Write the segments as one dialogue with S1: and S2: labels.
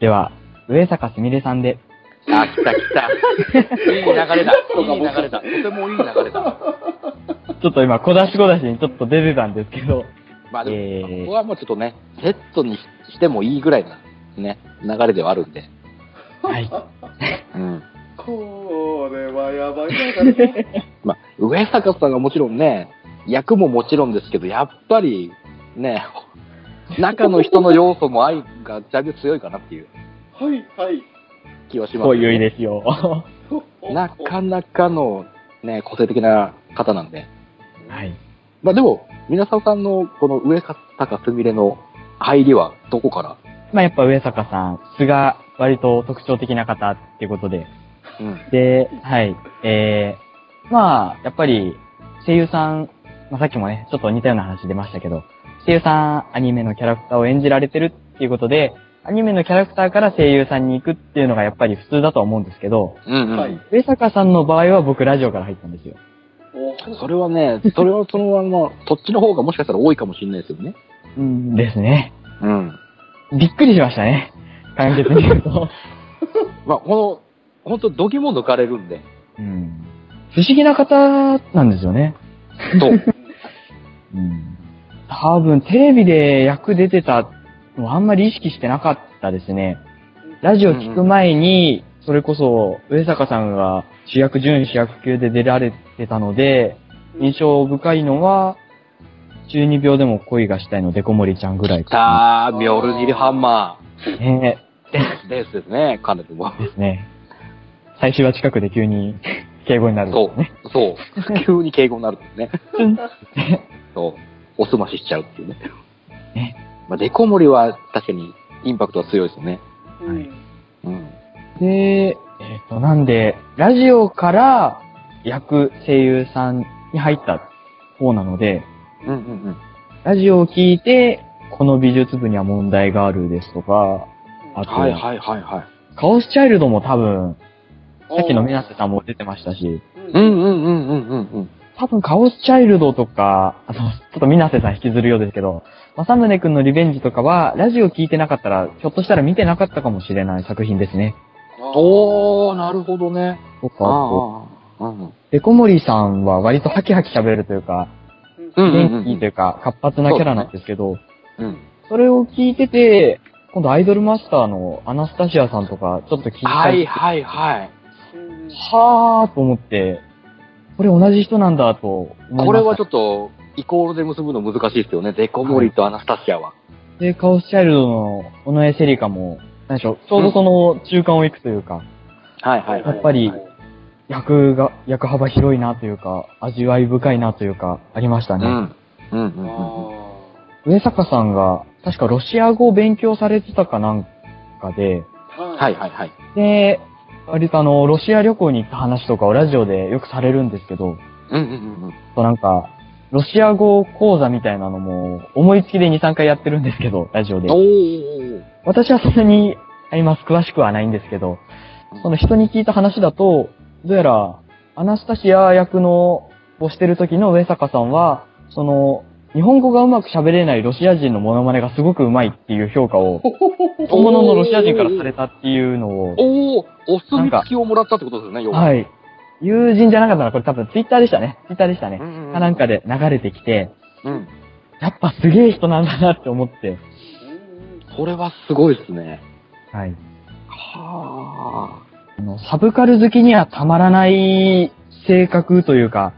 S1: では、上坂すみれさんで、
S2: あ、来た来 た。いい流れだ。いい流れだ。とてもいい流れだ。
S1: ちょっと今、小出し小出しにちょっと出てたんですけど、
S2: まあでも、
S1: えー
S2: ここはもうちょっとね、セットにしてもいいぐらいな、ね、流れではあるんで。
S1: はい。
S2: うん。
S3: これはやばいな、これ
S2: まあ、上坂さんがもちろんね、役ももちろんですけど、やっぱり、ね、 中の人の要素も愛がだいぶ強いかなっていう
S3: はい、はい。
S2: 気はします、
S1: こういう意味ですよ。
S2: なかなかの、ね、個性的な方なんで。
S1: はい。
S2: まあでも、皆さんさんのこの上坂すみれの入りはどこから
S1: まあやっぱ上坂さん、素が割と特徴的な方ってことで、
S2: うん。
S1: で、はい。えー、まあ、やっぱり、声優さん、まあ、さっきもね、ちょっと似たような話出ましたけど、声優さん、アニメのキャラクターを演じられてるっていうことで、アニメのキャラクターから声優さんに行くっていうのがやっぱり普通だとは思うんですけど、
S2: うん、うん。
S3: はい。
S1: 上坂さんの場合は僕ラジオから入ったんですよ。
S3: お
S2: それはね、それはそのまま、そっちの方がもしかしたら多いかもしれないですよね。
S1: うん。ですね。
S2: うん。
S1: びっくりしましたね。簡潔に言う と。
S2: まあ、この、本当度肝抜かれるんで。
S1: うん。不思議な方なんですよね。
S2: そう。
S1: うん。多分、テレビで役出てたのはあんまり意識してなかったですね。ラジオ聞く前に、それこそ、上坂さんが主役、準主役級で出られてたので、印象深いのは、中二病でも恋がしたいのデコモリちゃんぐらいか
S2: さあ、ミョルジルハンマ
S1: な。ね
S2: ー。レースですね、彼とも。
S1: ですね。最終は近くで急に 敬語になる、
S2: そう
S1: ね。。
S2: そう。急に敬語になるんですね。
S1: ツンって
S2: そう。おすまししちゃうっていうね。
S1: ね
S2: まあ、デコモリは確かにインパクトは強いですよね。
S3: うん
S1: はい
S2: うん。
S1: で、えっ、と、なんで、ラジオから役声優さんに入った方なので、
S2: うんうん
S1: ラジオを聞いて、この美術部には問題があるですとか、あ
S2: うん。
S1: と、
S2: はいはいはいはい。
S1: カオスチャイルドも多分、
S3: お
S1: さっきの水瀬さんも出てましたし、
S3: うん
S2: うんうんうんうんうんうん。
S1: 多分カオスチャイルドとか、あの、ちょっと水瀬さん引きずるようですけど、正宗くんのリベンジとかは、ラジオ聞いてなかったら、ひょっとしたら見てなかったかもしれない作品ですね。
S2: おー、なるほどね。
S1: とか、あと、
S2: ああ。うん
S1: デコモリさんは割とハキハキ喋るというか、
S2: うん
S1: 元気というか、活発なキャラなんですけど、
S2: うん。
S1: それを聞いてて、今度アイドルマスターのアナスタシアさんとか、ちょっと聞いた
S2: はい
S1: り、
S2: はいはい。
S3: うん
S1: はーと思って、これ同じ人なんだと思いました。
S2: これはちょ
S1: っ
S2: っと、イコールで結ぶの難しいですよね。デコモリとアナスタシアは。
S1: と。で、カオスチャイルドの尾上セリカも、何でしょう、ちょうどその中間を行くというか、
S2: はいはい
S1: やっぱり役が、役幅広いなというか、味わい深いなというか、ありました
S2: う
S1: ね。
S2: ん。うんうん
S3: あ
S2: うんうん。
S1: 上坂さんが、確かロシア語を勉強されてたかなんかで、
S3: ー
S2: はいはいはい。
S1: で、割とあの、ロシア旅行に行った話とかをラジオでよくされるんですけど、
S2: うんうんうん
S1: そうなんか、ロシア語講座みたいなのも、思いつきで2、3回やってるんですけど、ラジオ
S2: う
S1: で
S2: ん。お。ー。
S1: 私はそんなにあります。詳しくはないんですけど、その人に聞いた話だと、どうやら、アナスタシア役の、をしてる時の上坂さんは、その、日本語がうまく喋れないロシア人のモノマネがすごくうまいっていう評価を、本物のロシア人からされたっていうのを、
S2: おー、お墨付きをもらったってことですよね、要は。
S1: はい。友人じゃなかったな、これ多分ツイッターでしたね。ツイッターでした
S2: う
S1: ね。
S2: んうん。
S1: かなんかで流れてきて、
S2: うん。
S1: やっぱすげえ人なんだなって思って。
S3: うん
S2: これはすごいですね。
S1: はい。
S2: はあ。
S1: あの、サブカル好きにはたまらない性格というか、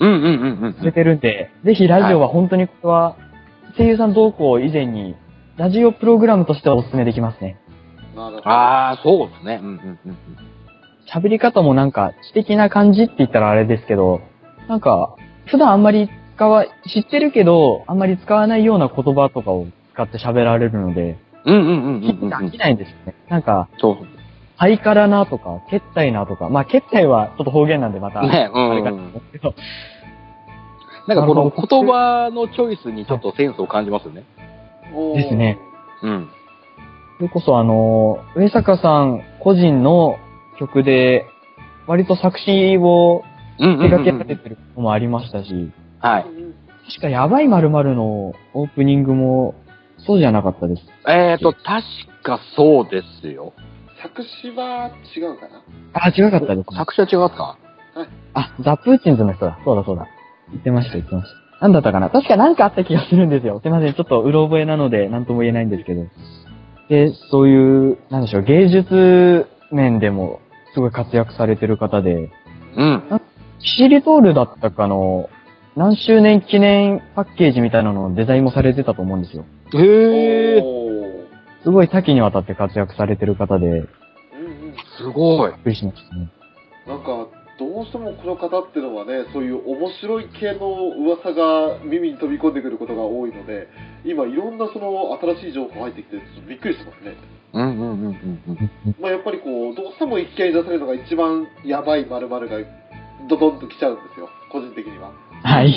S2: うんうんうんうん
S1: 出てるんで、ぜひラジオは本当にここは、声優さん同行以前に、ラジオプログラムとしてはお勧めできますね。
S3: なるほど。
S2: ああ、そうですね。うんうんうんうん。
S1: 喋り方もなんか知的な感じって言ったらあれですけど、なんか普段あんまり使わ、知ってるけど、あんまり使わないような言葉とかを使って喋られるので、
S2: うんうんうん
S1: 聞いて
S2: うんう
S1: 飽き
S2: ん。
S1: ないんですよね。なんか、
S2: そ
S1: ハイカラなとか、ケッタイなとか、まあケッタイはちょっと方言なんでまた、
S2: う。ね、う
S1: あ
S2: ん
S1: れか
S2: う
S1: と思うん
S2: ん。
S1: ですけど、
S2: なんかこの言葉のチョイスにちょっとセンスを感じますよね。
S3: おー
S1: ですね。
S2: うん。
S1: それこそあの、上坂さん個人の曲で、割と作詞を
S2: うんうん
S1: 手
S2: うん
S1: 掛
S2: う
S1: けられ
S2: ん。
S1: てるのもありましたし、
S2: はい。
S3: うん
S1: 確かやばい〇〇のオープニングもそうじゃなかったです。
S2: えーと、確かそうですよ。
S3: 作詞は違うかな
S1: あ、違かったです、ね。
S2: 作詞は違った
S1: あ、ザ・プーチンズの人だ。そうだそうだ。言ってました、言ってました。なんだったかな確かなんかあった気がするんですよ。すいません。ちょっとうろ覚えなので、なんとも言えないんですけど。で、そういう、なんでしょう、芸術面でも、すごい活躍されてる方で、
S2: うん
S1: キシリトールだったかの、何周年記念パッケージみたいなののデザインもされてたと思うんですよ。
S2: へえ、
S3: おー
S1: すごい多岐にわたって活躍されてる方で、びっ
S3: うんうん。
S2: すごい。
S1: くりしましたね。
S3: なんか、どうしてもこの方ってのはね、そういう面白い系の噂が耳に飛び込んでくることが多いので、今いろんなその新しい情報入ってきて、ちょっとびっくりしてますね。
S2: うんうんうんうんうん。
S3: まあやっぱりこう、どうしても一見出されるのが一番やばい〇〇がドドンと来ちゃうんですよ、個人的には。
S1: はい。。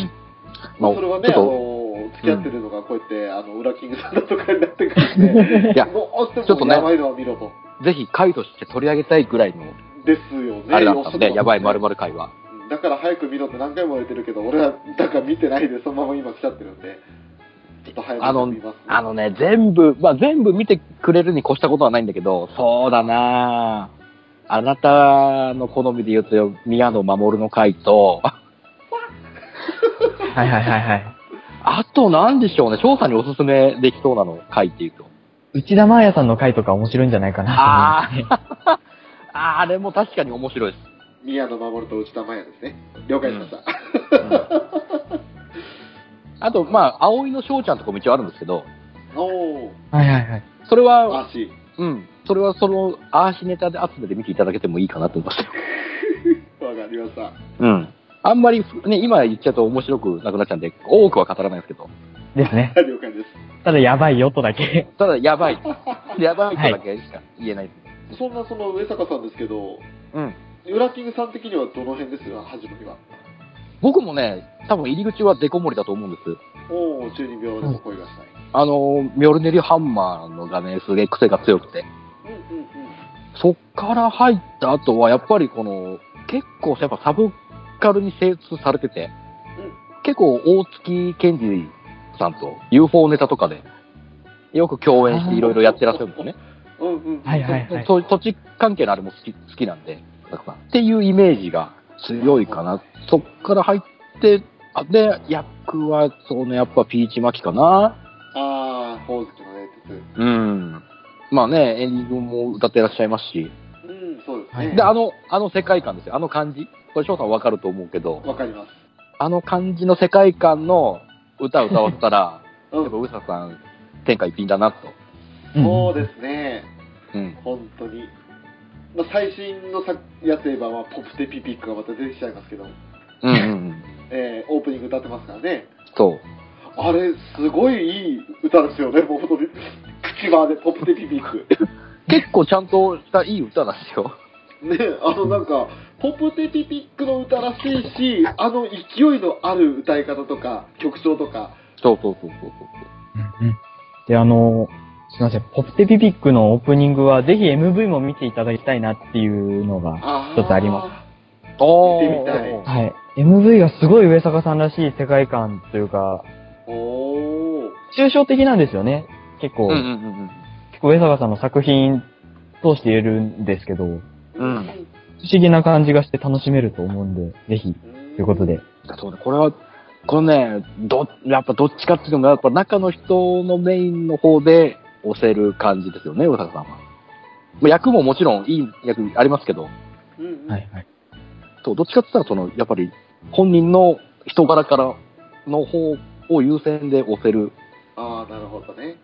S2: まあ、
S3: それはね、
S2: ち
S3: あ
S2: ょ
S3: の、付き合ってるのがこうやって、あの、裏キングさんだとかになってくるんで、
S2: いや
S3: どう
S2: ちょ
S3: し
S2: ってと
S3: も
S2: ね
S3: やばいのは見ろと。
S2: っと、ぜひ回として取り上げたいぐらいの、
S3: ですよね、
S2: あれだったので、
S3: 要するに
S2: やばい〇〇回は。
S3: だから早く見ろって何回も言われてるけど、俺はだから見てないで、そのまま今来ちゃってるんで、ちょっと早く見ます、ね、
S2: あのね、全部、まあ全部見てくれるに越したことはないんだけど、そうだなぁあなたの好みで言うと、宮野真守の回と、
S1: はいはいはいはい。
S2: あとなんでしょうね、翔さんにおすすめできそうなの回っていうと。
S1: 内田真彩さんの回とか面白いんじゃないかなと
S2: あ
S1: 思いますね
S2: あ、 あれも確かに面白いです。
S3: 宮野真守と内田真也ですね。了解しました。
S2: あと、まあ、葵の翔ちゃんとかも一応あるんですけど、
S3: おー、
S1: はいはいはい。
S2: それは、
S3: あーし、
S2: うん、それはその、アーシネタで集めて見ていただけてもいいかなと思いましたよ。
S3: わかりました。
S2: うん。あんまり、ね、今言っちゃうと面白くなくなっちゃうんで、多くは語らないですけど、
S1: ですね。
S3: 了解です。
S1: ただやばいよとだけ。
S2: ただ、やば い。やばいとだけしか言えないです。
S3: そんなその上坂さんですけど、
S2: うん。
S3: ウラキングさん的にはどの辺ですよ、初めは。
S2: 僕もね、多分入り口はデコ盛りだと思うんです。
S3: おー、中二病でも声がしたい。
S2: あの、ミョルネリハンマーの画面すげえ癖が強くて。
S3: うんうんう
S2: そっから入った後は、やっぱりこの、結構やっぱサブカルに精通されてて、結構大月健二さんと UFO ネタとかで、よく共演していろいろやってらっしゃるんですよね。
S3: ん。うんうん。
S1: はいはいはい。
S2: そ土地関係のあれも好き好きなんで、だからっていうイメージが強いかな。そっから入って、あで、役は、そのやっぱピーチ巻きかな。
S3: あー、ほおずきのね、鉄。
S2: うん。まあね、エンディングも歌ってらっしゃいますし、
S3: うん、そうです
S1: はい
S3: ね。
S2: で、あの、あの世界観ですよ。あの感じ。これ、翔さんわかると思うけど、
S3: わかります。
S2: あの感じの世界観の歌を歌わせたら、
S3: う
S2: や
S3: ん
S2: っぱ、ウサさん、天下一品だなと。
S1: うん
S3: そうですね。
S2: うん。
S3: 本当に、まあ、最新のさやつ言えば、まあ、ポプテピピックがまた出てきちゃいますけど、
S2: うんうんうん。
S3: えーオープニング歌ってますからね
S2: そう。
S3: あれすごいいい歌ですよねもう本当に口はでポプテピピック
S2: 結構ちゃんとしたいい歌なんですよ。
S3: ねあのなんかポプテピピックの歌らしいしあの勢いのある歌い方とか曲調とか
S2: そうそうそうそう
S1: うんうんで、あの、すいません。ポプテピピックのオープニングは、ぜひ MV も見ていただきたいなっていうのが。
S3: あー
S1: ちょっとあります
S2: そう。お
S3: 見てみたい
S2: ー。
S1: はい。MV がすごい上坂さんらしい世界観というか、
S3: おー
S1: 抽象的なんですよね。結構、
S2: うんうんうん
S1: 結構上坂さんの作品通して言えるんですけど、不
S2: うん
S1: 思議な感じがして楽しめると思うんで、ぜひ、
S3: うん
S1: ということで。
S2: うん。そうね、これは、このね、ど、やっぱどっちかっていうのが、やっぱ中の人のメインの方で押せる感じですよね、ウサさんは。まあ役ももちろんいい役ありますけど、
S3: うんうん
S1: はいはい。
S2: そう、どっちかって言ったら、その、やっぱり、本人の人柄からの方を優先で押せる
S3: ああなるほどね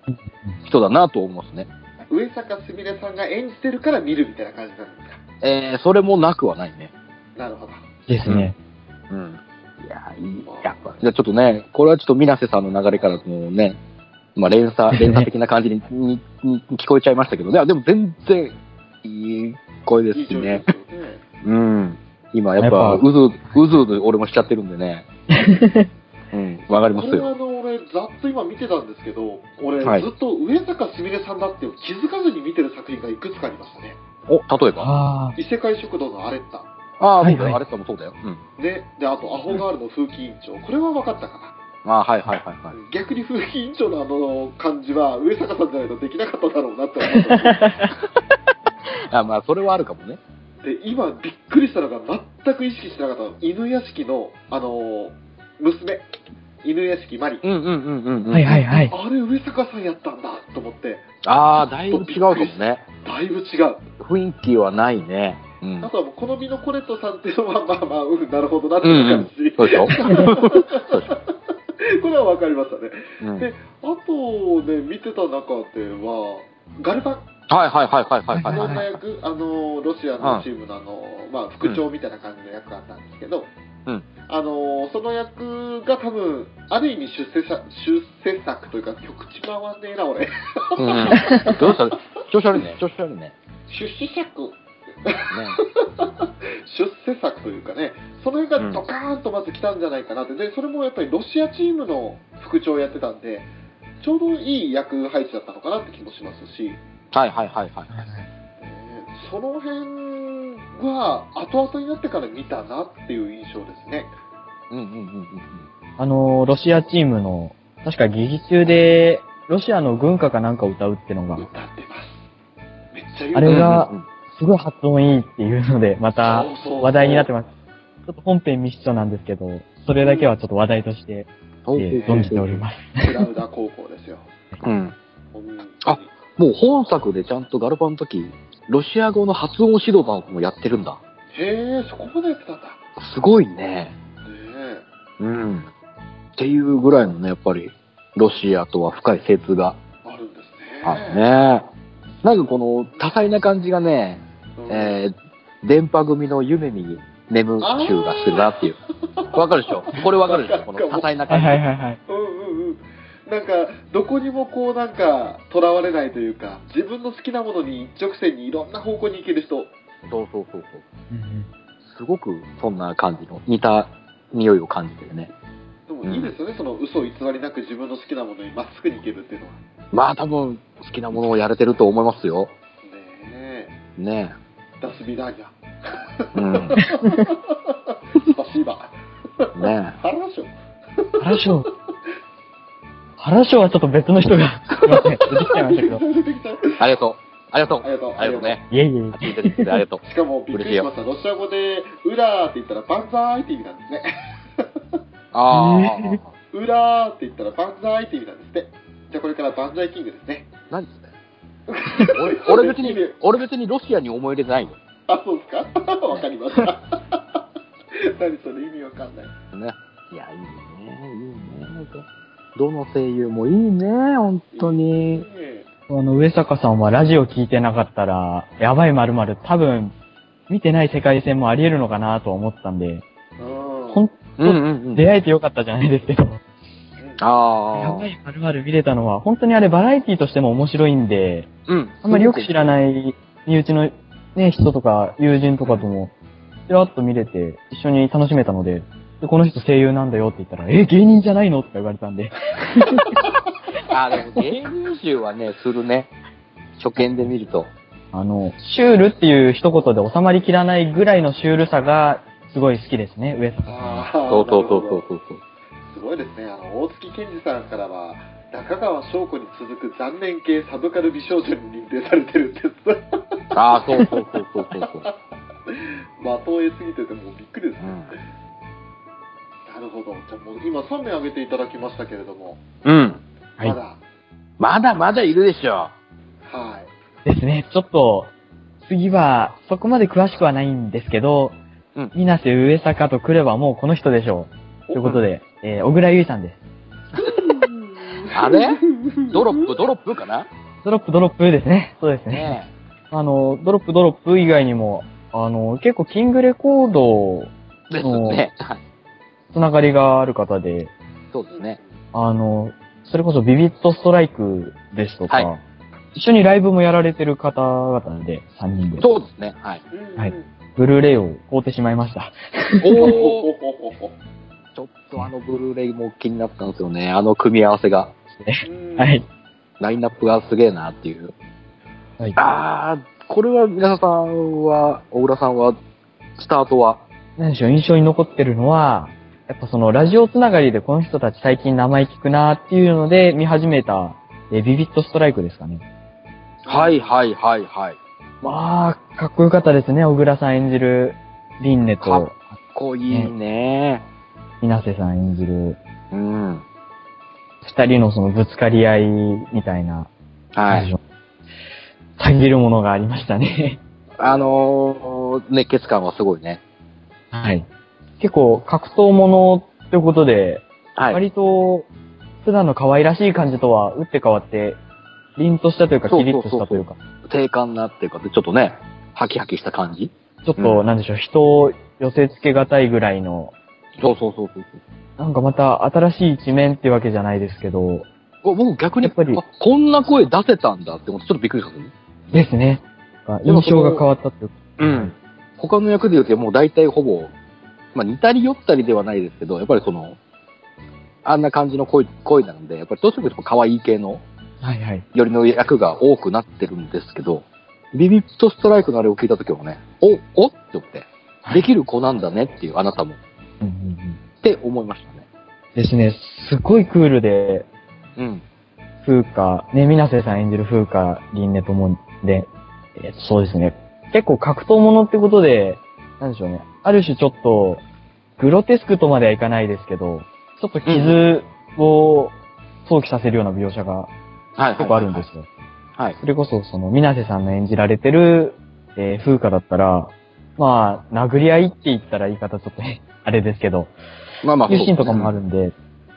S2: 人だなと思いますね。
S3: 上坂すみれさんが演じてるから見るみたいな感じなんですか
S2: えー、それもなくはないね。
S3: なるほど
S1: ですね。
S2: うん。いや、いい、やっぱ。じゃあちょっとね、これはちょっと、水瀬さんの流れからのね、まあ、連 鎖、連鎖的な感じに、に、に聞こえちゃいましたけどね。でも全然、いい声で
S3: いい
S2: す
S3: 状況
S2: ね。
S3: ですよね
S2: うん。今、やっ
S1: や
S2: ぱ、
S1: っ
S2: うずうず、うずうず俺もしちゃってるんで ね。うん、わかります
S3: これは
S2: よ。
S3: あの俺、ざっと今見てたんですけど、俺、
S2: はい
S3: ずっと上坂すみれさんだって気づかずに見てる作品がいくつかありましたね。
S2: お、例えば
S1: あ
S3: 異世界食堂のアレッタ。
S2: ああ、
S1: は
S2: そう
S1: い
S2: だ
S1: はい
S2: よ。あれさんもそうだよ。うん。
S3: ね、で、あと、アホガールの風紀委員長。これは分かったかな。
S2: あはいはいはいはい。
S3: 逆に風紀委員長のあの感じは、上坂さんじゃないとできなかっただろうなって思ったんです
S2: あまあ、それはあるかもね。
S3: よで、今、びっくりしたのが、全く意識してなかったの。犬屋敷の、あの、娘。犬屋敷マリ。
S2: うんうんうんうん、うん。
S1: はいはいはい。
S3: あれ、上坂さんやったんだと思って、
S2: ああ、だいぶ違うかもね。
S3: だいぶ違う。
S2: 雰囲気はないね。う
S3: あ
S2: ん。
S3: とはもう、好みのコレットさんっていうのは、まあまあ、うん、なるほどなっていう感じ。
S2: そうでしょそうでしょ
S3: これは分かりましたね。
S2: うん。
S3: であとね、見てた中では、ガルパン、
S2: はいはいはいはいはいはいい
S3: ろ
S2: は
S3: ん
S2: い。
S3: な役、あのロシアのチームのあの、まあ、副長みたいな感じの役があったんですけど、
S2: うん
S3: あのその役が多分、ある意味出世者出世作というか、曲地回んねえな、俺。
S2: うん。どうした調子悪いね。調子悪いね。ね。
S3: 出世作出世作というかね、その
S2: う
S3: が
S2: ん
S3: ドカーンとまず来たんじゃないかなって、でそれもやっぱりロシアチームの副長をやってたんで、ちょうどいい役配置だったのかなって気もしますし、
S2: はいはいはいはい。
S3: えーその辺は後々になってから見たなっていう印象ですね。
S2: うんうんうんうん
S1: あの、ロシアチームの、確か劇中で、ロシアの軍歌かなんか歌うってのが
S3: 歌、ってます。めっちゃいい
S1: あ
S2: うん。
S1: れが
S2: うんうんうん
S1: すごい発音いいっていうので、また
S3: そうそうそう
S1: 話題になってます。ちょっと本編未視聴なんですけど、それだけはちょっと話題として、
S2: ほう
S1: えー
S2: ほう
S1: 存じております。
S3: クラウダ高校ですよ。
S2: うん。
S3: 本当に
S2: あもう本作でちゃんとガルパンの時、ロシア語の発音指導なんかもやってるんだ。
S3: へえ、そこまでやってたんだ。ね
S2: すごいね。
S3: え
S2: うん。っていうぐらいのね、やっぱり、ロシアとは深い精通が
S3: あるんですね。
S2: あるね。なんかこの多彩な感じがね、
S3: うん
S2: えー、電波組の夢見眠む中がするなって いう。わかるでしょこれわかるでしょこの多彩な
S1: は
S2: 感
S1: い
S2: じ。
S1: はいはいはい。
S3: うんうんうん。なんか、どこにもこうなんか、とらわれないというか、自分の好きなものに一直線にいろんな方向に行ける人。
S2: そうそうそうそう。
S1: うん
S2: すごくそんな感じの、似た匂いを感じてるね。
S3: でもいいですよね、その嘘を偽りなく自分の好きなものにまっすぐに行けるっていうのは。ね
S2: まあ多分、好きなものをやれてると思いますよ。
S3: え。
S2: ね
S3: ダスビダーニャ。
S2: え。うん。 ね
S3: スパシーバー。
S2: え。
S3: ハラショ。
S1: うん。原章。原章はちょっと別の人が、すいません、出てきちゃいましたけど。
S3: 出てきた。あ
S2: ありがとう。ありがとう。
S3: りがとう。
S2: ありがとうね。
S1: いえいえいえ
S2: あっちに出てきてありがとう。
S3: しかもびっくりしました。ロシア語で、ウラーって言ったら、バンザーイって意味なんですね。
S2: あ
S1: ね
S2: あ。
S3: ウラーって言ったら、バンザーイって意味なんですって。じゃあこれからバンザイキングですね。
S2: 何そ れ俺俺別に、俺別にロシアに思い入れてないよ。
S3: あ、そうですか わかりました。 何それ意味わかんない。
S2: ね。いや、いいね。いいね。どの声優もいいね。本当に。
S3: ね
S1: あの、上坂さんはラジオ聞いてなかったら、やばいまるまる多分、見てない世界線もあり得るのかなとは思ったんで、
S3: えうん
S1: ほん、
S2: うんうん
S1: 出会えてよかったじゃないですけど、や
S2: あ
S1: ば
S2: あ。
S1: いまるまる見れたのは、本当にあれバラエティとしても面白いんで、
S2: うん。
S1: あんまりよく知ら
S2: い。
S1: ない身内のね、人とか友人とかとも、ちらっと見れて、一緒に楽しめたので、でこの人声優なんだよって言ったら、え、芸人じゃないのとか言われたん で、
S2: ああ、でも芸人集はね、するね。初見で見ると。
S1: あの、シュールっていう一言で収まりきらないぐらいのシュールさが、すごい好きですね、上坂さんは。
S3: あー
S2: そうそうそうそう
S3: なるほど
S2: そうそう。
S3: すごいですね。あの、大月健二さんからは、中川翔子に続く残念系サブカル美少女に認定されてるって やつ。
S2: ああ、そうそうそうそうそうそう。
S3: まとえすぎててもうびっくりです
S2: う
S3: ね。
S2: ん。
S3: なるほど。じゃあもう今3名挙げていただきましたけれども、
S2: うん。
S1: はい
S3: まだ、
S2: まだまだいるでしょ。
S3: はい。
S1: ですね、ちょっと、次は、そこまで詳しくはないんですけど、
S2: うん
S1: 水瀬上坂と来ればもうこの人でしょう。ということで、えー、小倉優衣さんです。
S2: あれドロップ、ドロップかな
S1: ドロップドロップですね。そうですね。
S2: ね
S1: あの、ドロップドロップ以外にも、あの、結構キングレコード
S2: え。ですね。はい。
S1: つながりがある方で、
S2: そうですね。
S1: あの、それこそビビットストライクですとか、
S2: は
S1: 一緒にライブもやられてる方々で、3人で。
S2: そうですね。はい。
S3: うん
S1: はいブルーレイを買うてしまいました。
S2: おお。
S3: おほほほ
S2: ちょっとあのブルーレイも気になったんですよね。あの組み合わせが。
S3: うん
S1: は。い。
S2: ラインナップがすげえなっていう。
S1: はい。
S2: ああ、これは皆さんは、小倉さんは、スタートは、
S1: なんでしょう、印象に残ってるのは、やっぱそのラジオつながりでこの人たち最近名前聞くなっていうので見始めた、えービビットストライクですかね。
S2: はいはいはいはい。
S1: まあ、かっこよかったですね、小倉さん演じる、リンネ
S2: かっ
S1: と、
S2: こいいね。
S1: 水瀬さん演じる、
S2: うん。
S1: 二人のそのぶつかり合いみたいな、
S2: はい。。
S1: 感じるものがありましたね。
S2: あのー、熱血感はすごいね。
S1: はい。 結構格闘ものってことで、
S2: はい。
S1: 割と普段の可愛らしい感じとは打って変わって、凛としたというか、
S2: そう
S1: キ
S2: そうそ
S1: リ
S2: う
S1: ッとしたというか、
S2: 定感なっていうか、ちょっとね、ハキハキした感じ。
S1: ちょっと、
S2: うん
S1: なんでしょう、人を寄せ付けがたいぐらいの、
S2: そうそうそうそう。
S1: なんかまた新しい一面ってわけじゃないですけど、
S2: お僕逆に、
S1: やっぱり
S2: あこんな声出せたんだって思って、ちょっとびっくりしたんですよね
S1: ですね。なんか
S2: でも
S1: 印
S2: その
S1: 象が変わったというか。
S2: うん。他の役で言うと、もう大体ほぼ、まあ似たり寄ったりではないですけど、やっぱりその、あんな感じの声、声なので、やっぱりどうしても可愛い系の、
S1: はいはい。
S2: よりの役が多くなってるんですけど、ビビットストライクのあれを聞いた時はね、お、おって思って、できる子なんだねっていうあなたも、
S1: うんうんうん
S2: って思いましたね。
S1: ですね、すごいクールで、
S2: うん。
S1: 風花、ね、水瀬さん演じる風花凛音ともで、えーそうですね。結構格闘ものってことで、なんでしょうね。ある種ちょっと、グロテスクとまではいかないですけど、ちょっと傷を想起させるような描写が
S2: はい。
S1: 結構あるんです。よ。
S2: はい。
S1: それこそ、その、水瀬さんの演じられてる、えー風花だったら、まあ、殴り合いって言ったら言い方ちょっと ねあれですけど、
S2: まあまあ、
S1: いうシーンとかもあるんで、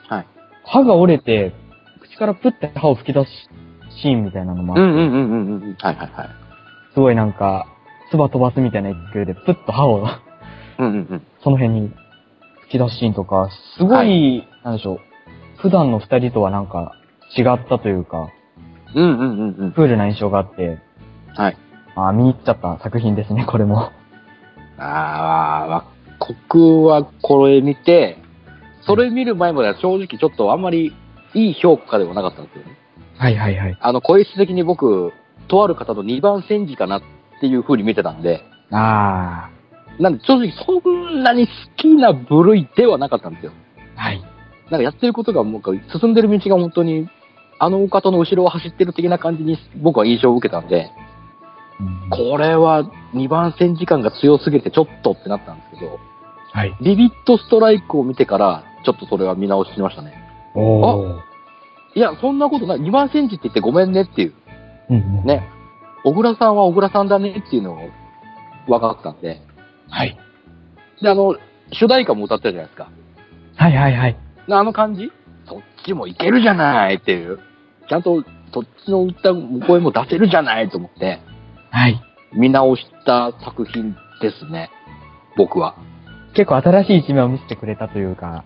S2: はい。
S1: 歯が折れて、口からプッて歯を吹き出すシーンみたいなのもあって、
S2: うんうんうんうんうん。はいはいはい。
S1: すごいなんか、唾飛ばすみたいな勢いで、プッと歯を、
S2: うんうんうん。
S1: その辺に吹き出すシーンとか、すごい、
S2: は
S1: なんでしょう、普段の二人とはなんか違ったというか、
S2: うんうんうんうん。
S1: クールな印象があって、
S2: はい。
S1: あー見入っちゃった作品ですね、これも。
S2: ああ、わ僕はこれ見て、それ見る前までは正直ちょっとあんまりいい評価ではなかったんですよね。
S1: はいはいはい。
S2: あの、声質的に僕、とある方の2番戦時かなっていう風に見てたんで、
S1: あ
S2: なんで正直そんなに好きな部類ではなかったんですよ。
S1: ー、はい。
S2: なんかやってることがもうなんか進んでる道が本当に、あのお方の後ろを走ってる的な感じに僕は印象を受けたんで、
S1: うん
S2: これは2番戦時間が強すぎてちょっとってなったんですけど、
S1: はい。
S2: ビビットストライクを見てから、ちょっとそれは見直しましたね。
S1: おー。
S2: いや、そんなことない。2番センチって言ってごめんねっていう。
S1: うんうん
S2: ね。。小倉さんは小倉さんだねっていうのを分かったんで。
S1: はい。
S2: で、あの、主題歌も歌ってたじゃないですか。
S1: はいはいはい。
S2: なあの感じそっちもいけるじゃないっていう。ちゃんとそっちの歌、声も出せるじゃないと思って、
S1: はい。
S2: 見直した作品ですね。僕は。
S1: 結構新しい一面を見せてくれたというか、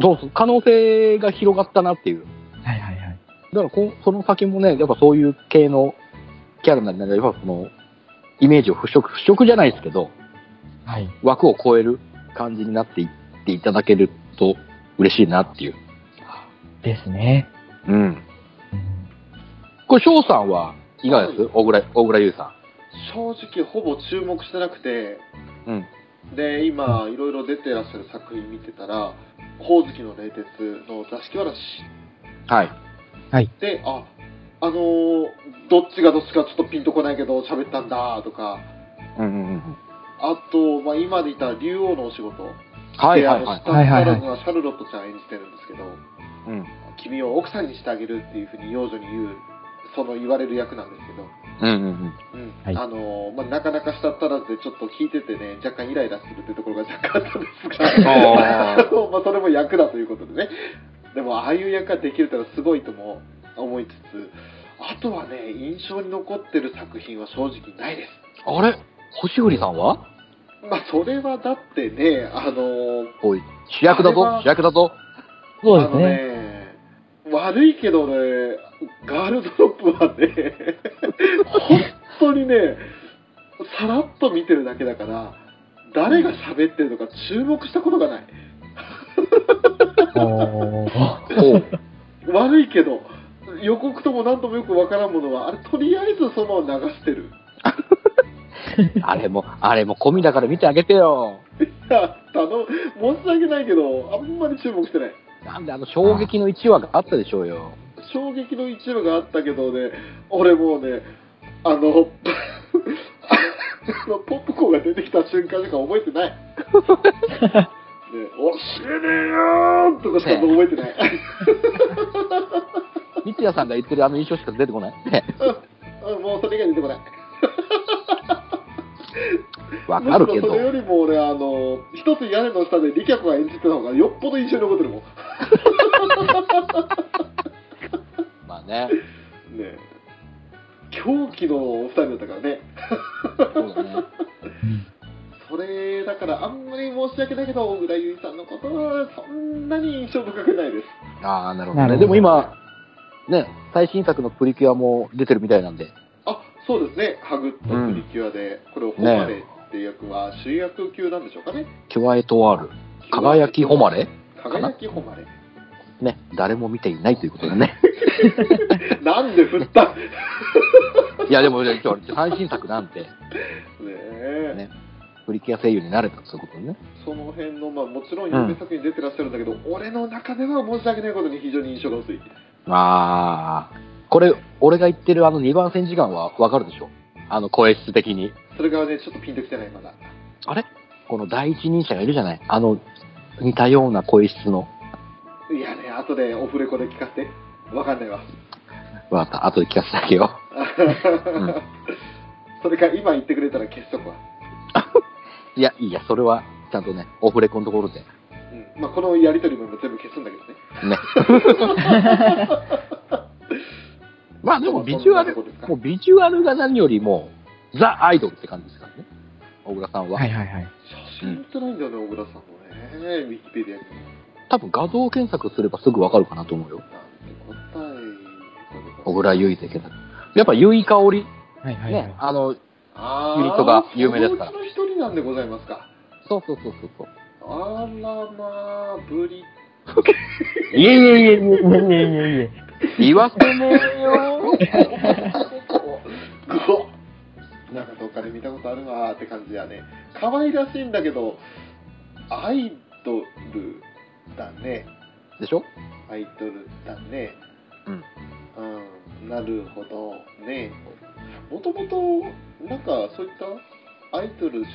S2: そうそう、可能性が広がったなっていう。
S1: はいはいはい。
S2: だからこ、その先もね、やっぱそういう系のキャラになりやっぱその、イメージを払拭、払拭じゃないですけど、
S1: はい。
S2: 枠を超える感じになっていっていただけると嬉しいなっていう。
S1: ですね。
S2: うん。
S1: うん
S2: これ、翔さんはいかがです小倉、小倉優さ
S3: 正直ほぼ注目してなくて
S2: ん。うん。
S3: で今いろいろ出てらっしゃる作品見てたら「ほおずきの冷徹」の座敷わらし
S2: はい。
S3: でああのーどっちがどっちかちょっとピンとこないけど喋ったんだとか
S2: うんうんうん。
S3: あと、まあ、今でいた竜王のお仕事
S2: はい
S3: で
S2: は
S3: あ
S2: い
S3: の
S2: はい
S3: ス。タッフからのはシャルロットちゃん演じてるんですけど、
S2: うん。
S3: 君を奥さんにしてあげるっていうふうに幼女に言うその言われる役なんですけど、
S2: うんうん
S3: うん
S1: はい
S3: あのーまあ、なかなかしたったらずでちょっと聞いててね若干イライラするってところが若干あったんですが
S2: あー
S3: あ のまあそれも役だということでねでもああいう役ができるってのはすごいとも思いつつあとはね印象に残ってる作品は正直ないです
S2: うん。あれ星降さんは
S3: まあそれはだってねあのー
S2: おい、主役だ
S3: あれ
S2: ぞ
S3: は
S2: 主役だぞ
S1: そうですね。
S3: あのね悪いけどね、ガールドロップはね、本当にね、さらっと見てるだけだから、誰が喋ってるのか注目したことがない。
S1: おー
S2: おう。
S3: 悪いけど、予告とも何ともよくわからんものは、あれ、とりあえずそのまま流してる。
S2: あれも、あれも込みだから見てあげてよ。
S3: いや、頼む申し訳ないけど、あんまり注目してない。
S2: なんであの衝撃の1話があったでしょうよ。
S3: 衝撃の一部があったけどね、俺もうね、あの、 あのポップコーンが出てきた瞬間しか覚えて ない。ね、おしねえよーとかしか覚え てない。
S2: 三谷さんが言ってるあの印象しか出てこない。ね
S3: うんもうそれ以外出てこない。
S2: わかるけど
S3: むしろそれ。よりも俺、あの、一つ屋根の下で利脚が演じてた方がよっぽど印象に残ってるもん。ね
S2: まあね。
S3: え狂気のお二人だったからね。
S2: そうだね。
S3: それだからあんまり申し訳ないけど小倉優衣さんのことはそんなに印象深くないです
S2: ああ、なるほ
S1: なるほ
S2: どね。
S1: ど
S2: でも今、ね、最新作のプリキュアも出てるみたいなんで。
S3: あそうですね「ハグとプリキュアで」これを「ホマレ」っていう役は主役級なんでしょうかね
S2: キュアエトワール。輝き誉れ
S3: 輝きホマレ
S2: ね、誰も見ていないということでね。
S3: なんで振ったね
S2: いや、でも、最新作なんて、
S3: え
S2: ねプリキュア声優になれたということね。
S3: その辺のまあもちろん有名作品出てらっしゃるんだけど、俺の中では申し訳ないことに非常に印象が薄い
S2: あー、これ、俺が言ってるあの2番戦時間はわかるでしょあの声質的に。
S3: それがねちょっとピンときてないまだ
S2: あれこの第一人者がいるじゃないあの、似たような声質の。
S3: いやね後でオフレコで聞かせてわかんないわ
S2: わかった。後で聞かせてあげよん
S3: それか今言ってくれたら消しとくわ、
S2: う。いや、いいや、それは、ちゃんとね、オフレコのところで。
S3: うんまあ、このやりとりも全部消すんだけどね
S2: ね。まあでもビジュアル、
S3: そんなとこですか
S2: もうビジュアルが何よりも、ザ・アイドルって感じですからね。小倉さんは。
S1: はいはいはい。
S3: 写真ってないんだよね、小倉さんのねウィキペディアに
S2: 多分画像検索すればすぐわかるかなと思うよ。
S3: なんて答え
S2: 小倉優衣で検索。やっぱ結衣香織、
S1: はいはいはい
S2: ね、。あの、
S3: あ
S2: ユニットが有名ですから
S3: そのうちの一人なんでございますか
S2: そうそうそうそうそう。
S3: あらまあ ぶり
S2: いえいえいえいえ、
S1: いえいえいえいえ。
S2: 言わせねえよ。
S3: ぐわっなんかどっかで見たことあるわーって感じやね可愛らしいんだけどアイドルだね
S2: でしょ
S3: アイドルだね
S2: うん
S3: うんなるほどねもともとなんかそういったアイドル出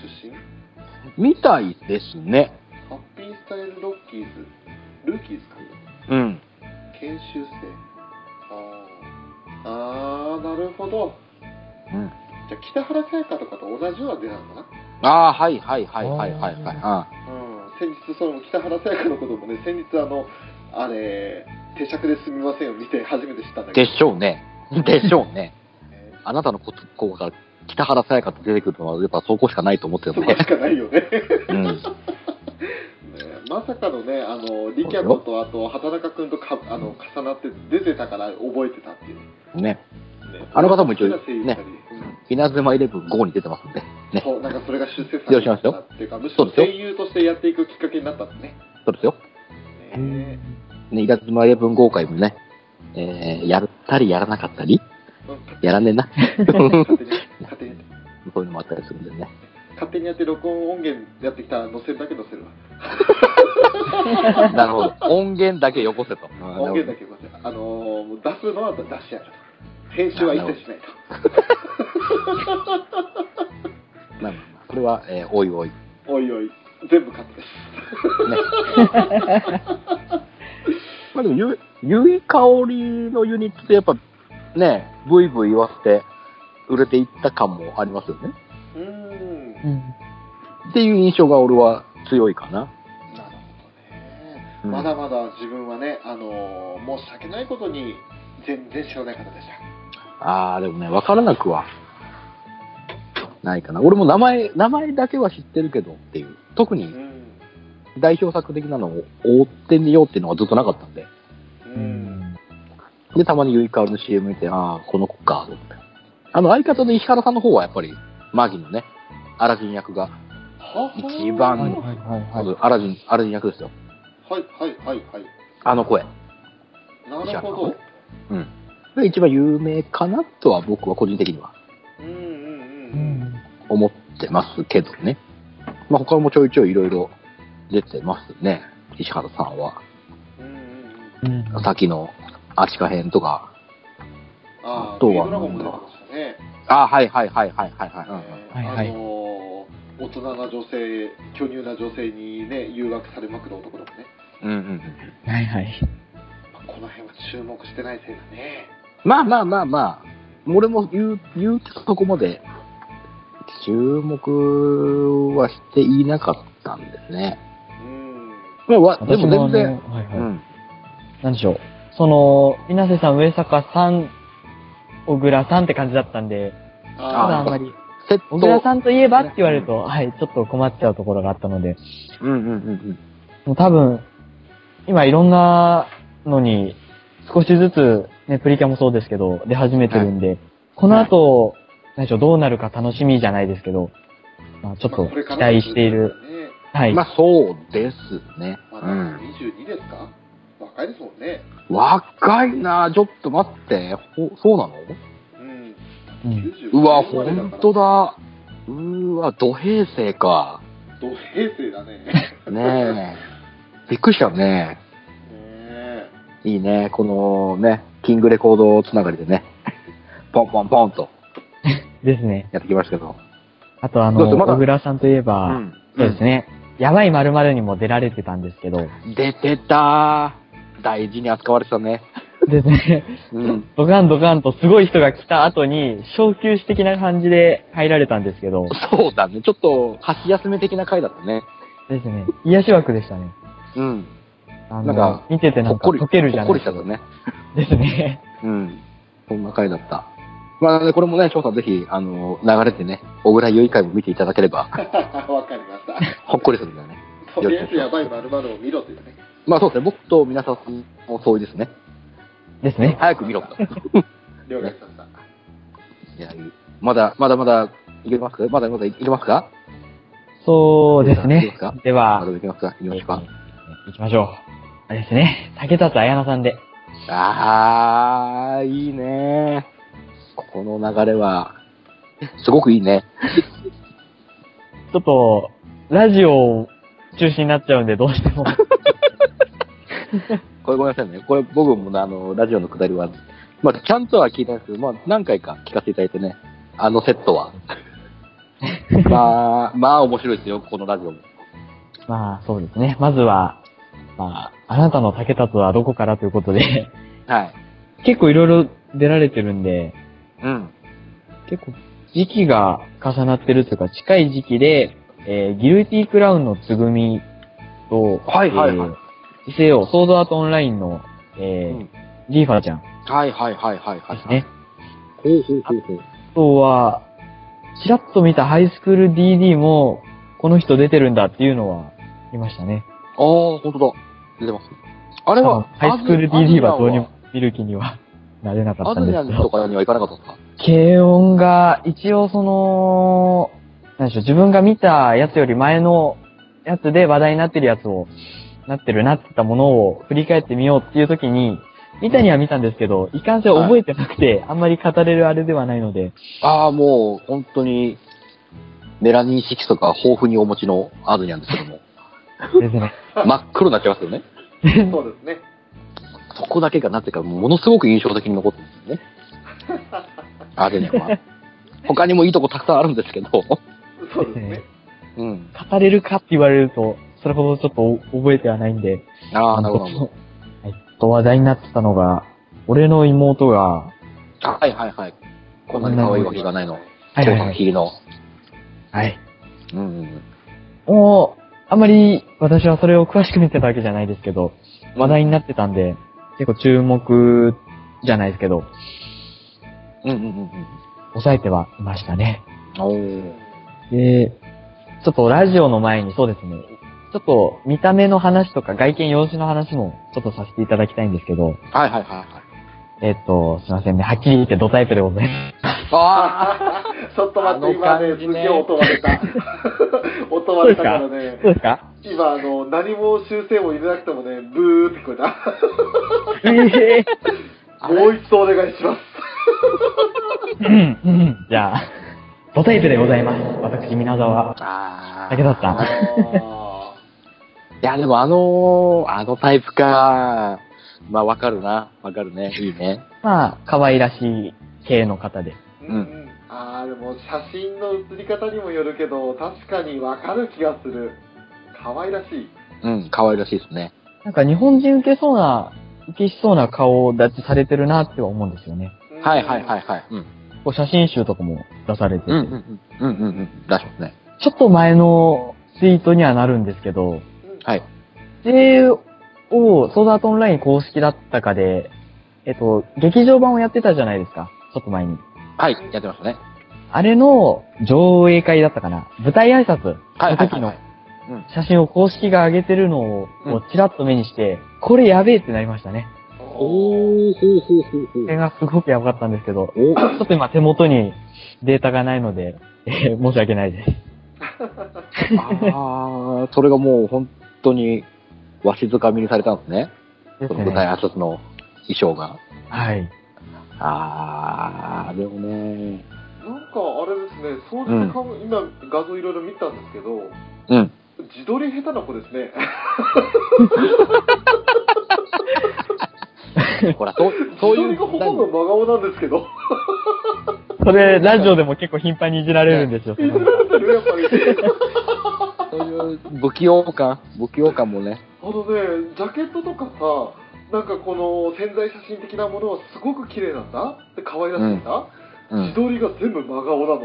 S3: 身
S2: みたいですね。
S3: ハッピースタイルロッキーズルーキーズか
S2: うん。
S3: 研修生あーあーなるほど
S2: うん。
S3: じゃあ北原彩香とかと同じような出なのかな
S2: ああ、はいはいはいはいはいはい。あ
S3: うん先日その北原彩香のこともね先日あのあれ定着ですみませんを見て初めて知ったんだ
S2: ー
S3: け
S2: で
S3: ど
S2: しょうね。でしょうね。
S3: ね
S2: あなたのことこうから北原さやかと出てくるのは、やっぱそこしかないと思ってる
S3: そ
S2: もん
S3: こ
S2: ね
S3: し。かないよねね
S2: うん。
S3: まさかのねあのリキャコとあと畑中君とかあの重なって出てたから覚えてたっていう、ね、
S2: ね。あの方も一応
S3: 好きな声優二人
S2: 稲妻イレブン5に出てますんで。
S3: うん
S2: ね
S3: そうなんかそれが出世
S2: 了承しま
S3: さ
S2: したよ
S3: れたっていうかむし
S2: そう
S3: ろ
S2: ですよ
S3: 声優としてやっていくきっかけになったんですね
S2: そうですよ。
S3: ね
S2: ね、稲妻イレブン5回もね、えー、やったりやらなかったり、
S3: うん
S2: やらねえ な。
S3: 勝手に勝手に
S2: そういうのもあったりするんで ね。
S3: 勝手にやって録音音源やってきたら載せるだけ載せるわ
S2: なるほど。音源だけよこせと。
S3: 音源だけこうやってあのーもう出すのは出しやる編集は一切しないと
S2: まあまあまあそれは、えーおいおい。ね。
S3: おいおい全部カットです
S2: まあでも、ゆ、ゆいかおりのユニットってやっぱ、ね、ブイブイ言わせて、売れていった感もありますよね。
S3: うーんな
S1: う
S3: る
S1: ん。
S2: っていう印象が俺は強いかな。
S3: ほどね、
S2: うん
S3: まだまだ自分はねあのー申し訳ないことに全然知らない方でし
S2: ああ、でもね、わからなくは、ないかな。俺も名前、名前だけは知ってるけどっていう。特
S3: た
S2: に
S3: うん
S2: 代表作的なのを追ってみようっていうのはずっとなかったんで。
S3: う
S1: うんん。
S2: で、たまにゆいかおりの CM 見て、ああ、この子か、と思って。あの、相方の石原さんの方はやっぱり、マギのね、アラジン役が、
S3: はは
S2: 一
S1: はい
S2: 番
S1: は
S2: はいい
S1: はい
S2: ま
S1: はい
S2: ず。アラジン、アラジン役ですよ。
S3: はいはいはいはい
S2: あの声。
S3: なるほど
S2: うん。で、一番有名かなとは僕は個人的には
S3: うんうんうん
S1: う
S3: うん
S1: ん。
S2: 思ってますけどね。まあ、他もちょいちょいいろいろ出てますね、石原さんは。
S3: うんうんうん。
S1: うん。
S2: さっきのアシカ編とか。
S3: ああ、
S2: あと
S3: ビ
S2: は
S3: ードラゴンも出てましたね。
S2: あ、はいはいはいはいはいはい。
S3: え
S1: はい
S3: ー
S1: はい
S3: あのー大人な女性、巨乳な女性にね、誘惑されまくる男とかね。
S2: うんうんうん。
S1: はいはい。
S3: まあこの辺は注目してないせいだね。
S2: まあまあまあまあ、俺も言う、言うてそこまで、注目はしていなかったんですね。
S3: うん。
S2: まあわ、で
S1: 私も
S2: も全
S1: あ
S2: 然、
S1: のはいはい。
S2: うん。
S1: なんでしょう。その、稲瀬さん、上坂さん、小倉さんって感じだったんで、た
S2: あ
S1: だあん
S2: ー
S1: まり、
S2: セッ
S1: 小倉さ
S2: ト、
S1: んといえばって言われると、はい、ちょっと困っちゃうところがあったので、
S2: うんうんうんうん。
S1: もう多分、今いろんなのに、少しずつ、ね、プリキュアもそうですけど、出始めてるんで、この後、何でしょう、どうなるか楽しみじゃないですけど、まあ、ちょっ
S3: ま
S1: と
S3: あこれ
S1: 期
S3: からの
S1: 待している。
S3: ね
S1: はい。
S2: まあそうですね。
S3: ま
S2: う
S3: だ
S2: ん。
S3: 22ですか、若いですもんね。
S2: 若いなちょっと待って。ほそうなの
S3: うん。
S1: うん
S2: うわ、ほ
S3: 95
S2: んとだ。うーわ、土平成か。
S3: 土平成だね。ね
S2: ねえ。びっくりしたね。
S3: え。
S2: いいね。このね、キングレコードつながりでね、ポンポンポンと
S1: ですね。
S2: やってきましたけど。
S1: あとあ
S2: だっ
S1: の、
S2: てまだ
S1: 小倉さんといえば、
S2: うん
S1: そうですね。やばい〇〇にも出られてたんですけど、
S2: 出てた大事に扱われてたね。
S1: ですね、
S2: うん。
S1: ドカンドカンとすごい人が来た後に、昇級士的な感じで入られたんですけど、
S2: そうだね。ちょっと、箸休め的な回だったね。
S1: ですね、癒し枠でしたね。
S2: うん。
S1: あの、
S2: なんか
S1: 見てて
S2: ほ
S1: な
S2: っ
S1: んか
S2: こり、
S1: 溶けるじゃ
S2: ほ
S1: ない
S2: っこりしちゃったね。
S1: ですね。
S2: うん。そんな回だった。まあ、なのでこれもね、翔さんぜひ、あの、流れてね、小倉優衣会も見ていただければ、
S3: わかりました。
S2: ほっこりするんだよね。
S3: とりあえずやばい〇〇を見ろというね。
S2: まあそうですね、僕と皆さんもそうですね。
S1: ですね。
S2: 早く見ろと。
S3: 了解しました。
S2: いや、いいまだ、まだまだ、いけますかまだまだいけますか
S1: そうです
S2: いいで
S1: ね
S2: すか。
S1: で
S2: まだ
S1: は、
S2: いけますかい
S1: え
S2: きま
S1: ー
S2: すか
S1: 行きましょう。あれですね、竹立彩乃さんで。
S2: あー、いいねここの流れは、すごくいいね。
S1: ちょっと、ラジオ中心になっちゃうんで、どうして も。
S2: これごめんなさいね。これ僕もねあの、ラジオのくだりは、まあ、ちゃんとは聞いてないですけど、まあ、何回か聞かせていただいてね、あのセットは。まあ、まあ面白いですよ、このラジオも。
S1: まあ、そうですね。まずは、まあ、あなたの竹立はどこからということで、
S2: はい。
S1: 結構いろいろ出られてるんで、
S2: うん。
S1: 結構時期が重なってるというか、近い時期で、えーギルティクラウンのつぐみと、
S2: はいはいはい
S1: えー伊勢をソードアートオンラインの、
S2: う
S1: えー
S2: ん
S1: リーファーちゃんで
S2: はいはいはいはいはい、
S1: す
S2: はい。
S1: ね。
S2: ほうほうほうほう。
S1: あとは、ちらっと見たハイスクール DD も、この人出てるんだっていうのは、いましたね。
S2: ああ、ほんとだ。出てます。あれは、
S1: ハイスクール DD はどうにも
S2: も。
S1: 見る気にはなれなか
S2: ア
S1: った
S2: ズ
S1: んで
S2: ニャ
S1: す
S2: ン
S1: け
S2: と
S1: ど。
S2: かには行かなかったですか
S1: 軽音が、一応その、なんでしょう、自分が見たやつより前のやつで話題になってるやつを、なってるなってたものを振り返ってみようっていう時に、見たには見たんですけど、いかんせん覚えてなくて、あんまり語れるあれではないので、
S2: ああ、もう、本当に、メラニン色素が豊富にお持ちのアズニャンですけ ども、
S1: ですね。
S2: 真っ黒になっちゃいますよね。
S3: そうですね。
S2: そこだけがなぜか、ものすごく印象的に残ってるんですよね。アズニャ ンは。他にもいいとこたくさんあるんですけど、
S3: そうです ね。
S2: うん。
S1: 語れるかって言われると、それほどちょっと覚えてはないんで、
S2: ああ、なるほ
S1: ち
S2: ど
S1: ょ。っと。えっと、話題になってたのが、俺の妹が、
S2: はいはいはい。こんなに可愛いわけがないの。
S1: はいはい
S2: 長
S1: は
S2: 髪
S1: い。
S2: 切りの。
S1: はい。
S2: うんうんうん。
S1: もう、あんまり私はそれを詳しく見てたわけじゃないですけど、話題になってたんで、結構注目じゃないですけど、
S2: うんうんうんうん。
S1: 抑えてはいましたね。
S2: お
S3: う
S2: ー
S3: ん。
S1: で、ちょっとラジオの前にそうですね、ちょっと見た目の話とか外見様子の話もちょっとさせていただきたいんですけど、
S2: はいはいはいはい。
S1: えっと、すいませんね、はっきり言ってドタイプでございます。
S2: ああ
S3: あーちょっと待って、
S2: あの
S3: 今ね、
S2: 感
S3: す
S2: じ
S3: げ
S2: ね
S3: え音割 れた。音割れたからね、
S1: そうですか
S3: 今、あの、何も修正も入れなくてもね、ブーって聞こえた。
S1: ええ
S2: あれ
S3: もう一度お願いします。
S1: うんうんじゃあ、ドタイプでございます。私、皆沢。
S2: あ
S1: だけだった
S3: あ
S2: や、でもあのーあのタイプか。まあ、わかるな。わかるね。いいね。
S1: まあ、可愛らしい系の方で。
S3: うんうん、ああでも写真の写り方にもよるけど確かにわかる気がする可愛らしい
S2: うん、可愛らしいですね。
S1: なんか日本人受けそうな、受けしそうな顔立ちされてるなっては思うんですよね。
S2: はいはいはいいはい。うん。
S1: こう写真集とかも出されてて、
S2: うんうんうん。うんうんうん。出しますね。
S1: ちょっと前のツイートにはなるんですけど、
S2: はい。
S1: JO、ソードアートオンライン公式だったかで、えっと、劇場版をやってたじゃないですか。ちょっと前に。
S2: はい、やってましたね。
S1: あれの上映会だったかな。舞台挨拶
S2: はい
S1: の
S2: はい
S1: 時
S2: はい
S1: の
S2: はい。
S1: 写真を公式が上げてるのを
S2: うん
S1: こうチラッと目にして、これやべえってなりましたね。
S3: おー
S2: おー、ほうほうほうほ
S1: これがすごくやばかったんですけど、
S2: う。お
S1: ちょっと今手元にデータがないので、えー申し訳ないです。
S2: ああ、それがもう本当に、わしづかみにされたんですね。
S1: です
S2: その舞台
S1: ね。
S2: 挨拶の衣装が。
S1: はい。
S2: ああ、でもね。
S3: なんかあれですねそうして顔今画像いろいろ見たんですけど
S2: うん。
S3: 自撮り下手な子ですね
S2: ほら、そう、 そう
S3: 自
S2: い
S3: 撮り
S2: う。
S3: がほとんど真顔なんですけど
S1: それ、ラジオでも結構頻繁にいじられるんですよ。
S3: 見せられてるやっぱり
S2: そういう不器用感、不器用感もね。
S3: あのねジャケットとかさなんかこの潜在写真的なものはすごく綺麗なんだで可愛らしいんだ、
S2: う
S3: 自
S2: ん。
S3: 撮りが全部真顔 なの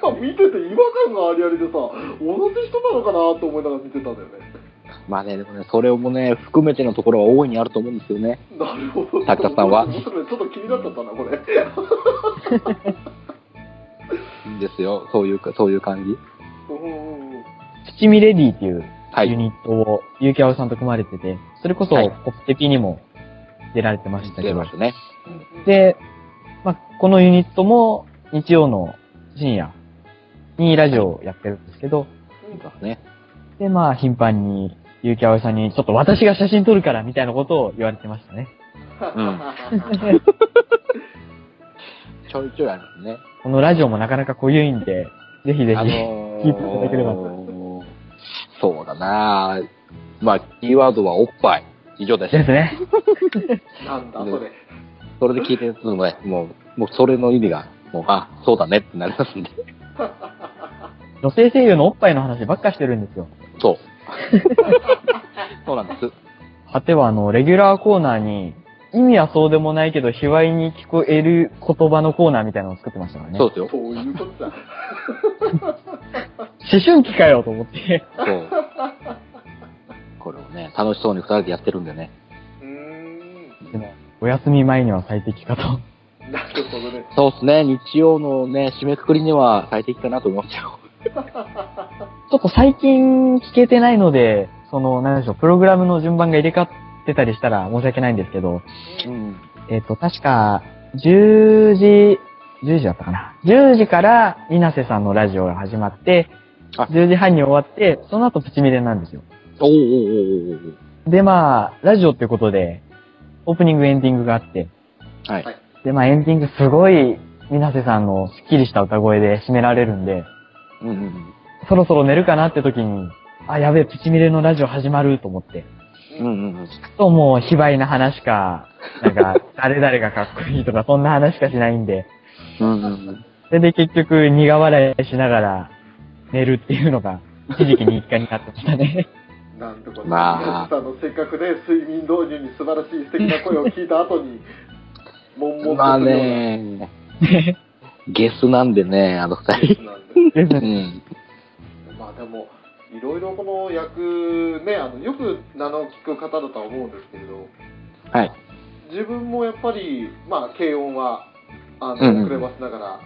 S3: 今見てて違和感がありありでさ同じ人なのかなと思いながら見てたんだよね
S2: まあね、でもね、それもね、含めてのところは大いにあると思うんですよね。
S3: なるほど
S2: タカさんは
S3: 面白いちょっと気になっちゃったなこれ
S2: いいんですよ。そういうか、そういう感じ。
S3: うんうんうん
S1: 七味レディっていう
S2: は
S1: ユ
S2: い。
S1: ニットを、ゆうきあおさんと組まれてて、それこそ、
S2: はい
S1: コプテピにも出られてましたけ
S2: 出
S1: ど
S2: ま。したね。
S1: で、まあ、このユニットも、日曜の深夜にラジオをやってるんですけど、
S2: 出ましたね。
S1: で、まあ、頻繁に、ゆうきあおさんに、ちょっと私が写真撮るから、みたいなことを言われてました ね。
S2: ちょいちょいありますね。
S1: このラジオもなかなか濃ゆいんで、ぜひぜ
S2: あ
S1: ひ。
S2: のー
S1: 聞いていただければ
S2: そうだなまあ、キーワードはおっぱい。以上です
S1: で。すね。
S3: なんだそれ
S2: それで聞いてるとね、もう、もうそれの意味が、もう、あ、そうだねってなりますんで。
S1: 女性声優のおっぱいの話ばっかしてるんですよ。
S2: そう。そうなんです。
S1: 果ては、あの、レギュラーコーナーに、意味はそうでもないけど、卑猥に聞こえる言葉のコーナーみたいなのを作ってましたからね。
S2: そうですよ。
S3: そういうことだ
S1: 思春期かよと思 って。
S2: そう。これをね、楽しそうに二人でやってるんでね。
S3: うーん
S1: お休み前には最適かと。
S3: なるほどね
S2: そうですね、日曜のね、締めくくりには最適かなと思っちゃう。
S1: ちょっと最近聞けてないので、その、なんでしょう、プログラムの順番が入れ替わってたりしたら申し訳ないんですけど、
S2: うん。
S1: えっ、と、確か、10時、10時だったかな。10時から、稲瀬さんのラジオが始まって、
S2: あ
S1: 10時半に終わって、その後プチミレなんですよ。
S2: おうおうおうおう
S1: で、まあ、ラジオってことで、オープニング、エンディングがあって、
S2: おう。はい。
S1: で、まあ、エンディングすごい、稲瀬さんのスッキリした歌声で締められるんで、
S2: うんうんうん。
S1: そろそろ寝るかなって時に、あ、やべえ、プチミレのラジオ始まると思って。
S2: うんうんうん。
S1: と、もう、卑猥な話か、なんか、 誰々がかっこいいとか、そんな話しかしないんで。
S2: うんうんうん。
S1: それで結局、苦笑いしながら、寝るっていうのが、一時期日課になってましたね。
S3: なんとか、
S2: まあ
S3: 宮地さんのせっかくね、睡眠導入に素晴らしい素敵な声を聞いた後に、悶々
S2: まあ
S3: とするよう な
S2: ね、ゲスなんでね、あの二
S3: ケー
S2: 人。
S3: スなんで
S1: です
S2: う
S1: ね。
S2: ん。
S3: まあでも、いろいろこの役、ね、あのよく名の聞く方だとは思うんですけれど、
S2: はい。
S3: 自分もやっぱり、まあ、軽音は、あ
S2: うんうん
S3: の、遅ればせながら、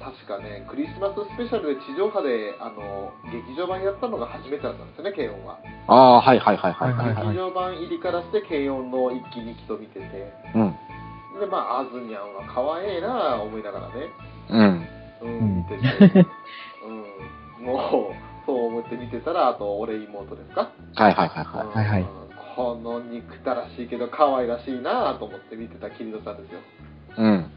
S3: 確かね、クリスマススペシャルで地上波で、あの、劇場版やったのが初めてだったんですよね、軽音は。
S2: ああ、はいはいはいはい。
S1: はいはい
S3: 劇場版入りからして、軽音の一期二期と見てて、
S2: うん。
S3: でまあアズニャンは可愛いなぁ思いながらね、
S2: うん。
S3: う、
S1: うんん
S3: 見てて、うん、もうそう思って見てたらあと俺妹ですか、
S2: はいはいはいはい。
S1: はいはい
S3: うんこの憎たらしいけど可愛らしいなぁと思って見てたキリノさんですよ、
S2: うん。
S3: うん、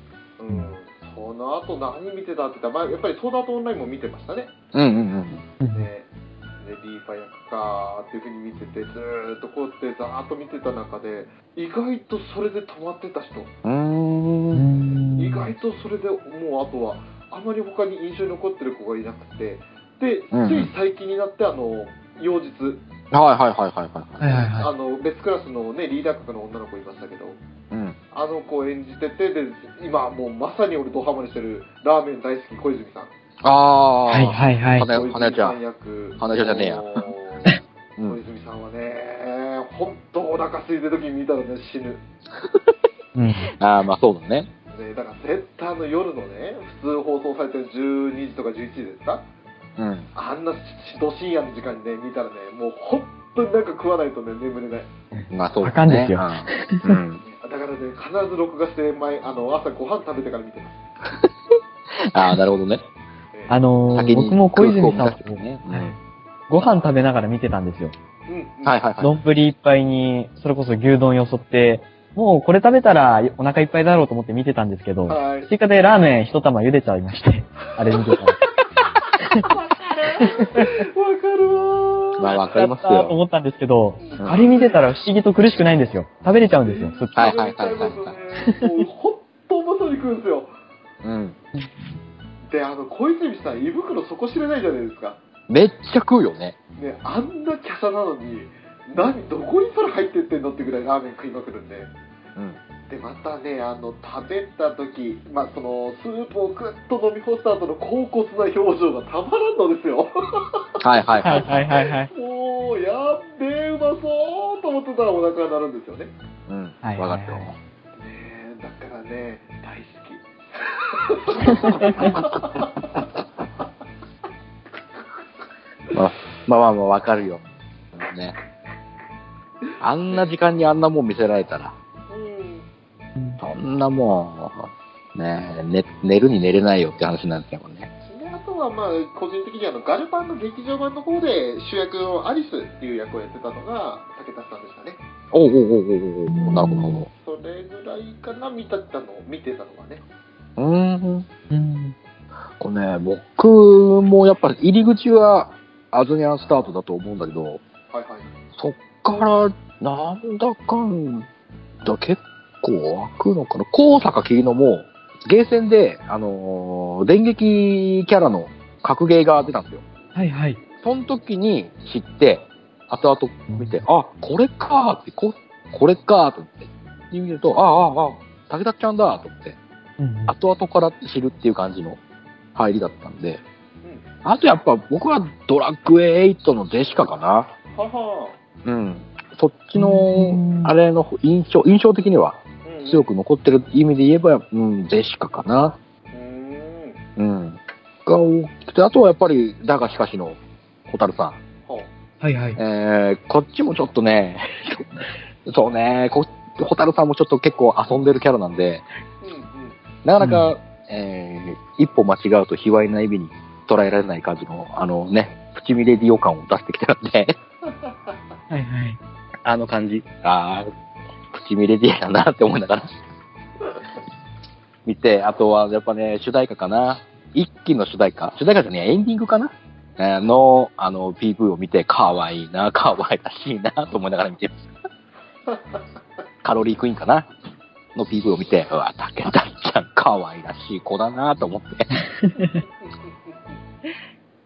S3: その後何見てたって言ったら、まあ、やっぱり東大とオンラインも見てましたね。
S2: うんうん
S3: ね、でリーファ役かーっていうふうに見ててずーっとこうやってざーっと見てた中で意外とそれで止まってた人
S2: うん。うーん。
S3: 意外とそれでもうあとはあまり他に印象に残ってる子がいなくてでつ
S2: うん
S3: い最近になってあの妖術、
S2: はいはいはいはいはい。
S4: はいはい
S3: あ
S4: は
S3: の別クラスの、ね、リーダー格の女の子いましたけど
S2: うん。
S3: あの子を演じててで今もうまさに俺とハマりしてるラーメン大好き小泉さん
S2: ああ。
S1: はいはいはい。
S2: 花屋
S3: 小泉
S2: 花屋ちゃん
S3: さん役
S2: 花屋ちゃんじゃねえや
S3: あのー
S2: う
S3: 小
S2: ん。
S3: 泉さんはね、本当お腹空いてる時に見たらね、死ぬ。
S1: うん。
S2: ああ、まあそうだね。
S3: ね、だから絶対あの夜のね、普通放送されてる12時とか11時ですか
S2: うん。
S3: あんなど深夜の時間にね、見たらね、もう本当になんか食わないとね、眠れない。
S2: まあそうだね。
S1: あかんですよ
S2: うん。 うん
S3: だからね、必ず録画して前、あの、朝ご飯食べてから見てます。
S2: ああ、なるほどね。
S3: ね
S1: あのー
S2: 先に
S1: 僕も小泉さん
S2: 空港を目指してね
S1: はいご飯食べながら見てたんですよ。
S3: うん、
S2: はい
S3: い。
S2: はいはい。
S1: 丼いっぱいに、それこそ牛丼よそって、もうこれ食べたらお腹いっぱいだろうと思って見てたんですけど、
S3: はい。
S1: 追加でラーメン一玉茹でちゃいま して、あれ見てたら。
S3: わかるわー。
S2: まあわかります
S1: やったーと
S2: よ。
S1: 思ったんですけど、
S2: うん
S1: あれ見てたら不思議と苦しくないんですよ。食べれちゃうんですよ、すっきり
S2: はいはいはいはい
S3: もう本当まさに食うんですよ。
S2: うん。
S3: で、あの、小泉さん、胃袋そこ知れないじゃないですか。
S2: めっちゃ食うよね。
S3: ね、あんな華奢なのに、何、どこにそれ入ってってんのってぐらいラーメン食いまくるんで。
S2: うん。
S3: で、またね、あの、食べた時、まあ、その、スープをぐっと飲み干した後の高骨な表情がたまらんのですよ。
S2: はいはいは。
S1: はいいはいはいはい。
S3: もう、やっべえ、うまそうと思ってたらお腹になるんですよね。ね
S2: うん。
S1: はい
S2: わ
S1: は
S2: か
S1: い
S2: るよ。
S3: えだからね、大好き。
S2: まあまあまあわかるよ。ね。あんな時間にあんなもん見せられたら、
S3: うん。
S2: そんなもん、ねね、寝るに寝れないよって話なんですよね。
S3: で、あとはまあ、個人的にあの、ガルパンの劇場版の方で主役のアリスっていう役をやってたのが、武田さんでしたね。
S2: おうおうおうおうおうなるほど。
S3: それぐらいかな見たたの見てたのがね
S2: うーん。
S1: うん。
S2: これね、僕もやっぱ入り口はアズニアンスタートだと思うんだけど、
S3: はいはい
S2: そっからなんだかんだ結構開くのかな。高坂桐野もゲーセンで、あのー電撃キャラの格ゲーが出たんですよ。
S1: はいはい。
S2: その時に知って、後々見て、あ、これかーって、ここれかーと思って、言うと、ああ、ああ、武田ちゃんだーと思って、
S1: うん
S2: 後々から知るっていう感じの入りだったんで、あとやっぱ僕はドラクエ8のデシカかな。
S3: はは
S2: うん。そっち
S1: うん
S2: の、あれの印象、印象的には
S3: うん
S2: 強く残ってる意味で言えば、うん、デシカかな。
S3: うーん
S2: うん。が大きくて、あとはやっぱり、だがしかしの、ホタルさん。
S3: は
S1: はいはい。
S2: えー、こっちもちょっとね、 そうね、こホタルさんもちょっと結構遊んでるキャラなんで、
S3: うんうん
S2: なかなか、えー一歩間違うと卑猥な意味に捉えられない感じの、あのね、プチミレディオ感を出してきてるんで、
S1: はいはい。
S2: あの感じ、ああ、プチミレディアだなって思いながら、見て、あとはやっぱね、主題歌かな、一期の主題歌、主題歌じゃねえエンディングかなえーの、あの、PV を見て、かわいいな、かわいらしいな、と思いながら見てます。カロリークイーンかなの PV を見て、うわ、武田ちゃん、かわいらしい子だな、と思って。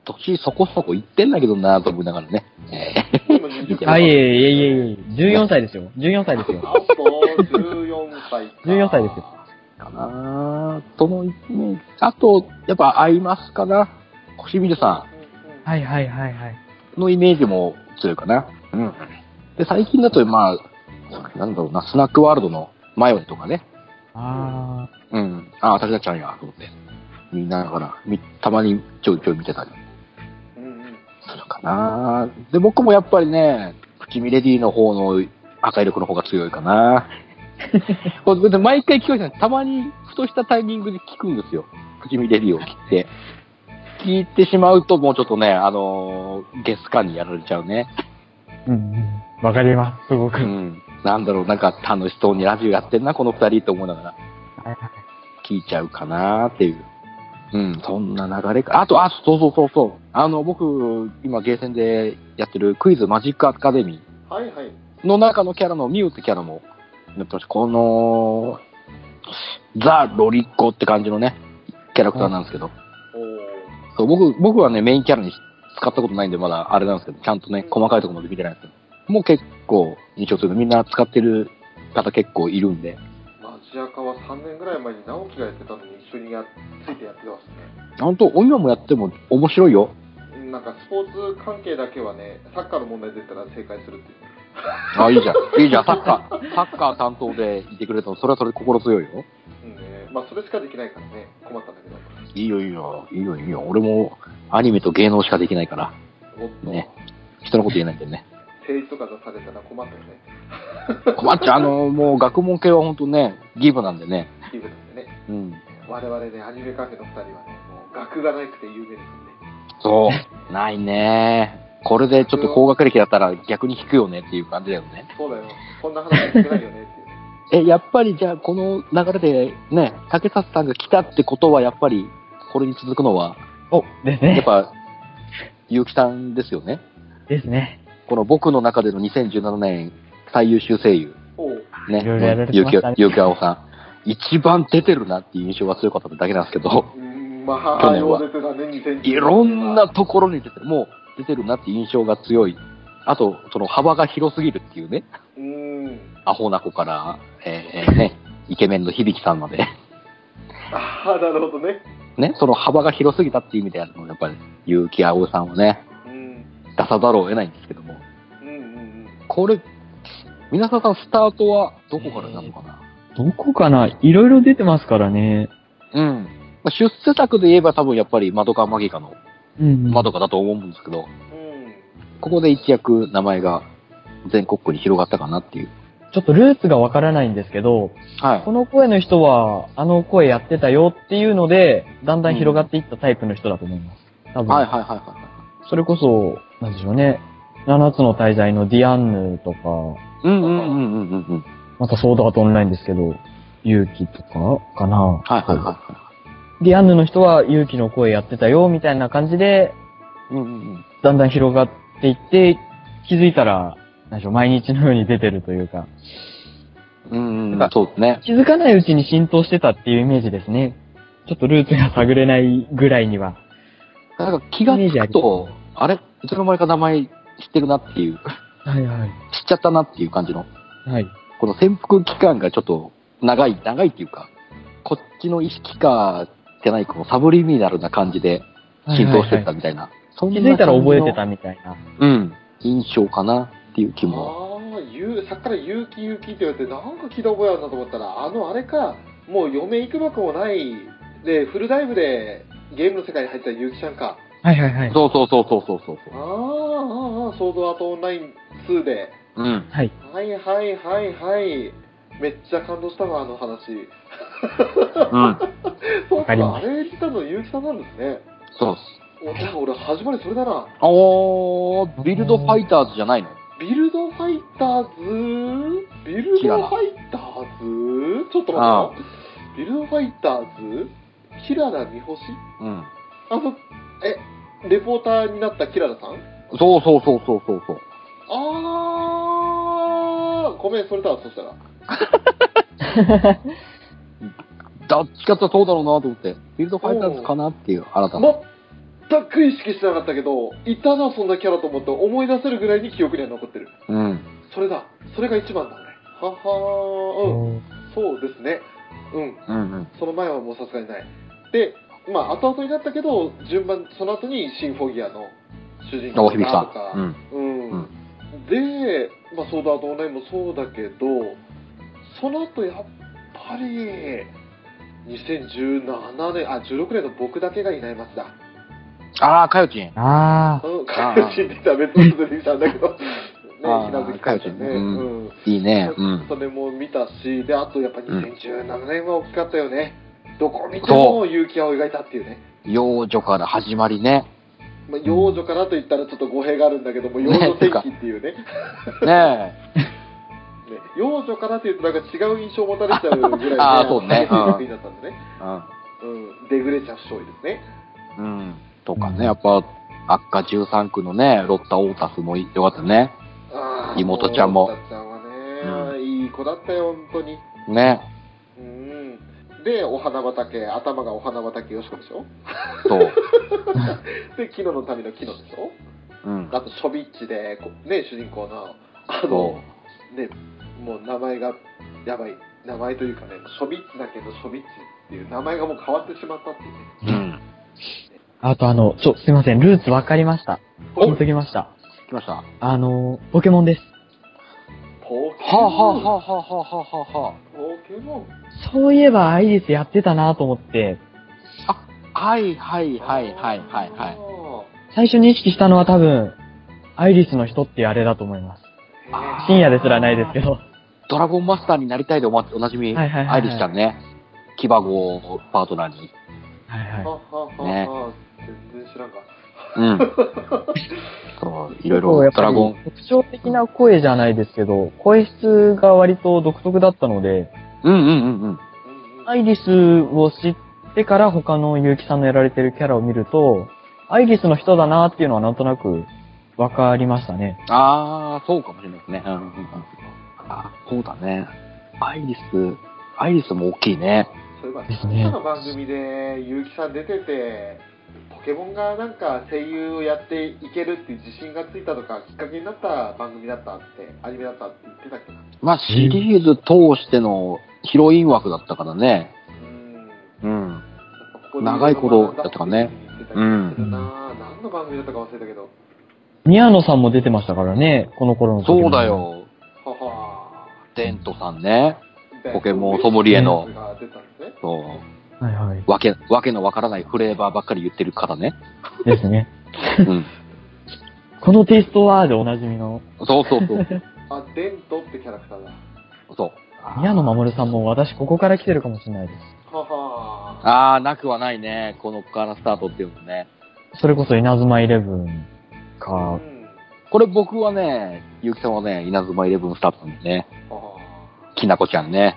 S2: 年そこそこいってんだけどな、と思いながらね。え
S3: 今20歳
S1: あ、いえいえいえいえ、14歳ですよ。14歳ですよ。
S3: あそう14歳か
S1: 14歳ですよ
S2: ーかなその一面。あと、やっぱ、アイマスかな星見るさ
S3: い
S1: はいはいはいはい。
S2: んのイメージも強いかな。うん。で、最近だと、まあ、なんだろうな、スナックワールドのマヨネとかね。
S1: あ
S2: うん。ああ、武田ちゃんや、と思って。みんながら、みたまにちょいちょい見てたり
S3: うんうん
S2: するかな。で、僕もやっぱりね、プチミレディの方の赤い力の方が強いかな。これで毎回聞こえてないたまにふとしたタイミングで聞くんですよ。プチミレディを切って。聞いてしまうと、もうちょっとね、あのーゲス感にやられちゃうね。
S1: ー。うんうん。わかります、すごく。
S2: う
S1: はい
S2: ん。なんだろう、なんか楽しそうにラジオやってんな、この二人って思いながら。
S1: はい。
S2: 聞いちゃうかなっていう。うん、そんな流れか。あと、あ、そうそうそうそう。あの、僕、今、ゲーセンでやってるクイズマジックアカデミ
S3: はいはい。
S2: ーの中のキャラのミュウってキャラもやってました。この、ザ・ロリッコって感じのね、キャラクターなんですけど。
S3: おー
S2: そう僕、僕はね、メインキャラに使ったことないんで、まだあれなんですけど、ちゃんとね、細かいところまで見てないんですけど、もう結構印象というか、みんな使ってる方結構いるんで、
S3: マジアカは3年ぐらい前に直樹がやってたのに一緒にやっついてやってまし
S2: 本当、今もやっても面白いよ。
S3: たね。なんかスポーツ関係だけはね、サッカーの問題出たら正解するっていう。
S2: あ、いいじゃん。いいじゃん、サッカー。サッカー担当でいてくれたの、それはそれで心強いよ。
S3: うんね、まあそれしかできないからね、困ったんだけど。
S2: いいよ、いいよ、いいよ、いいよ。俺もアニメと芸能しかできないから、
S3: おっと、
S2: ね人のこと言えないんでね。
S3: 政治とか出されたら困ったよね。
S2: 困っちゃう。あの、もう学問系は本当ね、ギブなんでね。
S3: 気分なんでね。
S2: うん。
S3: 我々ね、アニメカフェの2人はね、もう学がなくて有名ですよね。
S2: そう。ないね。これでちょっと高学歴だったら逆に引くよねっていう感じだよね。
S3: そうだよ、こんな話してないよねっていう
S2: え、
S3: ね。
S2: やっぱりじゃあこの流れでね、竹里さんが来たってことはやっぱりこれに続くのは、
S1: お、です
S2: やっ
S1: ね。
S2: ぱ、結城さんですよね。
S1: ですね。
S2: この僕の中での2017年最優秀声優、
S3: おう
S2: ね、
S1: いろいろやられてまし
S2: 結城
S1: たね
S2: 結城青さん。一番出てるなっていう印象が強かっただけなんですけど、
S3: うんま
S2: 去
S3: あ、
S2: 年は
S3: よう出てたね、2010
S2: いろんなところに出てる、もう出てるなっていう印象が強い。あと、その幅が広すぎるっていうね。
S3: うん。
S2: アホな子から、えーね、イケメンの響さんまで、
S3: ああ、なるほどね。
S2: ね、その幅が広すぎたっていう意味であるのやっぱり、結城葵さんはね、
S3: うん。
S2: 出さざるを得ないんですけども、
S3: うんうん
S2: これ、皆さんスタートはどこからなのかな、
S1: どこかないろいろ出てますからね。
S2: うん。まあ出世作で言えば多分やっぱり、窓かマギかの、
S1: うん。
S2: 窓かだと思うんですけど、
S3: うん。うん。
S2: ここで一躍名前が全国区に広がったかなっていう。
S1: ちょっとルーツがわからないんですけど、
S2: はい
S1: こ。の声の人は、あの声やってたよっていうので、だんだん広がっていったタイプの人だと思います。多分、
S2: はいはいはいは
S1: それこそ、なんでしょうね。7つの大罪のディアンヌとか、
S2: い。うんうんうんうんうんうん。
S1: またソードアートオンラインですけど、勇気とかかな。
S2: はいはいは
S1: ディアンヌの人は勇気の声やってたよ、みたいな感じで、
S2: い。うんうんうん。
S1: だんだん広がっていって、気づいたら、なんでしょう、毎日のように出てるというか、
S2: うんうん、そうですね。
S1: 気づかないうちに浸透してたっていうイメージですね。ちょっとルーツが探れないぐらいには。
S2: なんか気がつくと、あれいつの間にか名前知ってるなっていう、知
S1: はいはい。
S2: っちゃったなっていう感じの、
S1: はい。
S2: この潜伏期間がちょっと長い、長いっていうか、こっちの意識かじゃない、このサブリミナルな感じで浸透してったみたいな。そん
S1: 気
S2: な
S1: づいたら
S2: 感じ
S1: 覚
S2: の
S1: えてたみたいな。
S2: うん。印象かなっていう気も。
S3: ああ、ゆうさっきから勇気勇気って言われて、なんか聞いた覚えあるなと思ったら、あのあれか、もう嫁いくばくもない、で、フルダイブでゲームの世界に入ったゆうきちゃんか。
S1: はいはいはい。
S2: そうそうそうそうそうそう
S3: あーあー、あーソードアートオンライン2で。
S2: そう。うん。
S1: はい。
S3: はいはいはいはい。めっちゃ感動したわ、あの話。
S2: うん。
S3: そうか、
S1: かりま
S3: あ
S1: す
S3: れ来たのゆうきさんなんですね。
S2: そうっす。
S3: おじゃあ俺、始まりそれだな。
S2: おー、ビルドファイターズじゃないの
S3: ビルドファイターズビルドファイターズちょっと
S2: ああ
S3: 待ってよビルドファイターズキララ・ミホシ
S2: うん。
S3: あの、え、レポーターになったキララさん
S2: そうそうそうそうそうそう。
S3: あー、ごめん、それだわ、そしたら。
S2: どっちかってそうだろうなと思って、ビルドファイターズかなっていう、あなたの。
S3: 全く意識してなかったけど、いたな、そんなキャラと思って思い出せるぐらいに記憶には残ってる。
S2: うん。
S3: それだ、それが一番だ、俺。ははー、うん、そうですね。うん、
S2: うんうん。
S3: その前はもうさすがにない。で、まあ、後々になったけど、順番、その後にシンフォギアの主人
S2: お
S3: 公
S2: ひびき
S3: だ
S2: さ
S3: とか、
S2: ん。うん。
S3: うん
S2: うん
S3: で、まあ、ソードアートオンラインもそうだけど、その後やっぱり、2017年、あ、16年の僕だけがいない街だ。
S2: ああ、かよちん。
S1: ああ。
S3: うん、
S2: あ
S3: か
S2: ー
S3: よちんって言ったら別の人で見たんだけど、ね、ひ
S2: あー
S3: なずきかよちんね。
S2: かよちんうん
S3: うん
S2: いいね。うん。
S3: それも見たし、で、あとやっぱ
S2: うん
S3: 2017年は大きかったよね。どこ見ても勇気を描いたっていうね。
S2: 幼女から始まりね。
S3: まあ、幼女 からと言ったらちょっと語弊があるんだけども、幼女戦記っていうね。
S2: ね
S3: ね、幼女からっていうとなんか違う印象を持たれちゃうぐらいの、
S2: あーそうねうん
S3: 作品だったんでね。うん、デグレチャー少尉ですね。
S2: うん。うん。とかね、やっぱ、赤13区のね、ロッタ・オータスもよかったね。
S3: あー
S2: 妹ちゃんも
S3: 妹ちゃんはね、いい子だったよ、本当に。
S2: ね。
S3: うん。で、お花畑、頭がお花畑よしこでしょ
S2: そう。
S3: で、キノの民のキノでしょ
S2: うん。
S3: あと、ショビッチで、こね、主人公の、あ
S2: そ
S3: の、ね、もう名前がやばい、名前というかね、ショビッチだけど、ショビッチっていう名前がもう変わってしまったっていうね。
S2: う。うん。
S1: あとあの、そう、すいません、ルーツわかりました。
S3: お
S1: 持ってきました。
S2: 来ました。は
S1: あの、ポケモンです。
S3: ポケモン。
S2: あ、はあはあはあはあはあは
S3: ポケモン。
S1: そういえばアイリスやってたなと思って、
S2: あ。はいはいはいはいはいはい。
S1: 最初に意識したのは多分、アイリスの人っていうあれだと思います。
S3: あー。
S1: 深夜ですらないですけど。
S2: ドラゴンマスターになりたいでおまおなじみ、
S1: はいはいはいはい
S2: アイリスちゃんね。騎馬語をパートナーに。
S1: はい
S3: は
S1: は
S3: ははは全然知らんか。
S2: うん。そう、
S1: い。
S2: いろいろドラゴン。。
S1: 特徴的な声じゃないですけど、声質が割と独特だったので、
S2: うんうんうんうん。
S3: うんうん
S1: アイリスを知ってから他の結城さんのやられてるキャラを見ると、アイリスの人だなっていうのはなんとなくわかりましたね。
S2: ああ、そうかもしれないですね。うんうんうん。あそうだね。アイリス、アイリスも大きいね。
S3: そういえば、
S1: ですね
S3: 今の番組で、結城さん出てて、ポケモンがなんか声優をやっていけるっていう自信がついたとか、きっかけになった番組だったって、アニメだったって言ってたっけな。
S2: まあ、シリーズ通してのヒロイン枠だったからね。
S3: う
S2: う
S3: ん。
S2: ん。
S3: なんかここで
S2: 長いことだったかね。
S3: 言ってた気がするな何の番組だったか忘れたけど。
S1: 宮野さんも出てましたからね、この頃の。
S2: そうだ。よ。
S3: はは
S2: デントさんね。
S3: で
S2: ポケモンソムリエの
S3: が出たんですね。
S2: そう。
S1: はいはい。
S2: わけ、わけのわからないフレーバーばっかり言ってる方ね。
S1: ですね。
S2: うん。
S1: このテイストはでおなじみの
S2: そうそうそう。
S3: あ、デントってキャラクターだ。
S2: そう。
S1: 宮野守さんも私ここから来てるかもしれないで
S3: はは
S2: ああ、なくはないね。このからスタートっていうのね。
S1: す。それこそ稲妻イレブン
S3: う
S1: か、
S3: ん
S2: これ僕はね、ゆうきさんはね、稲妻イレブンスタートなんでね。
S3: は
S2: きなこちゃんね。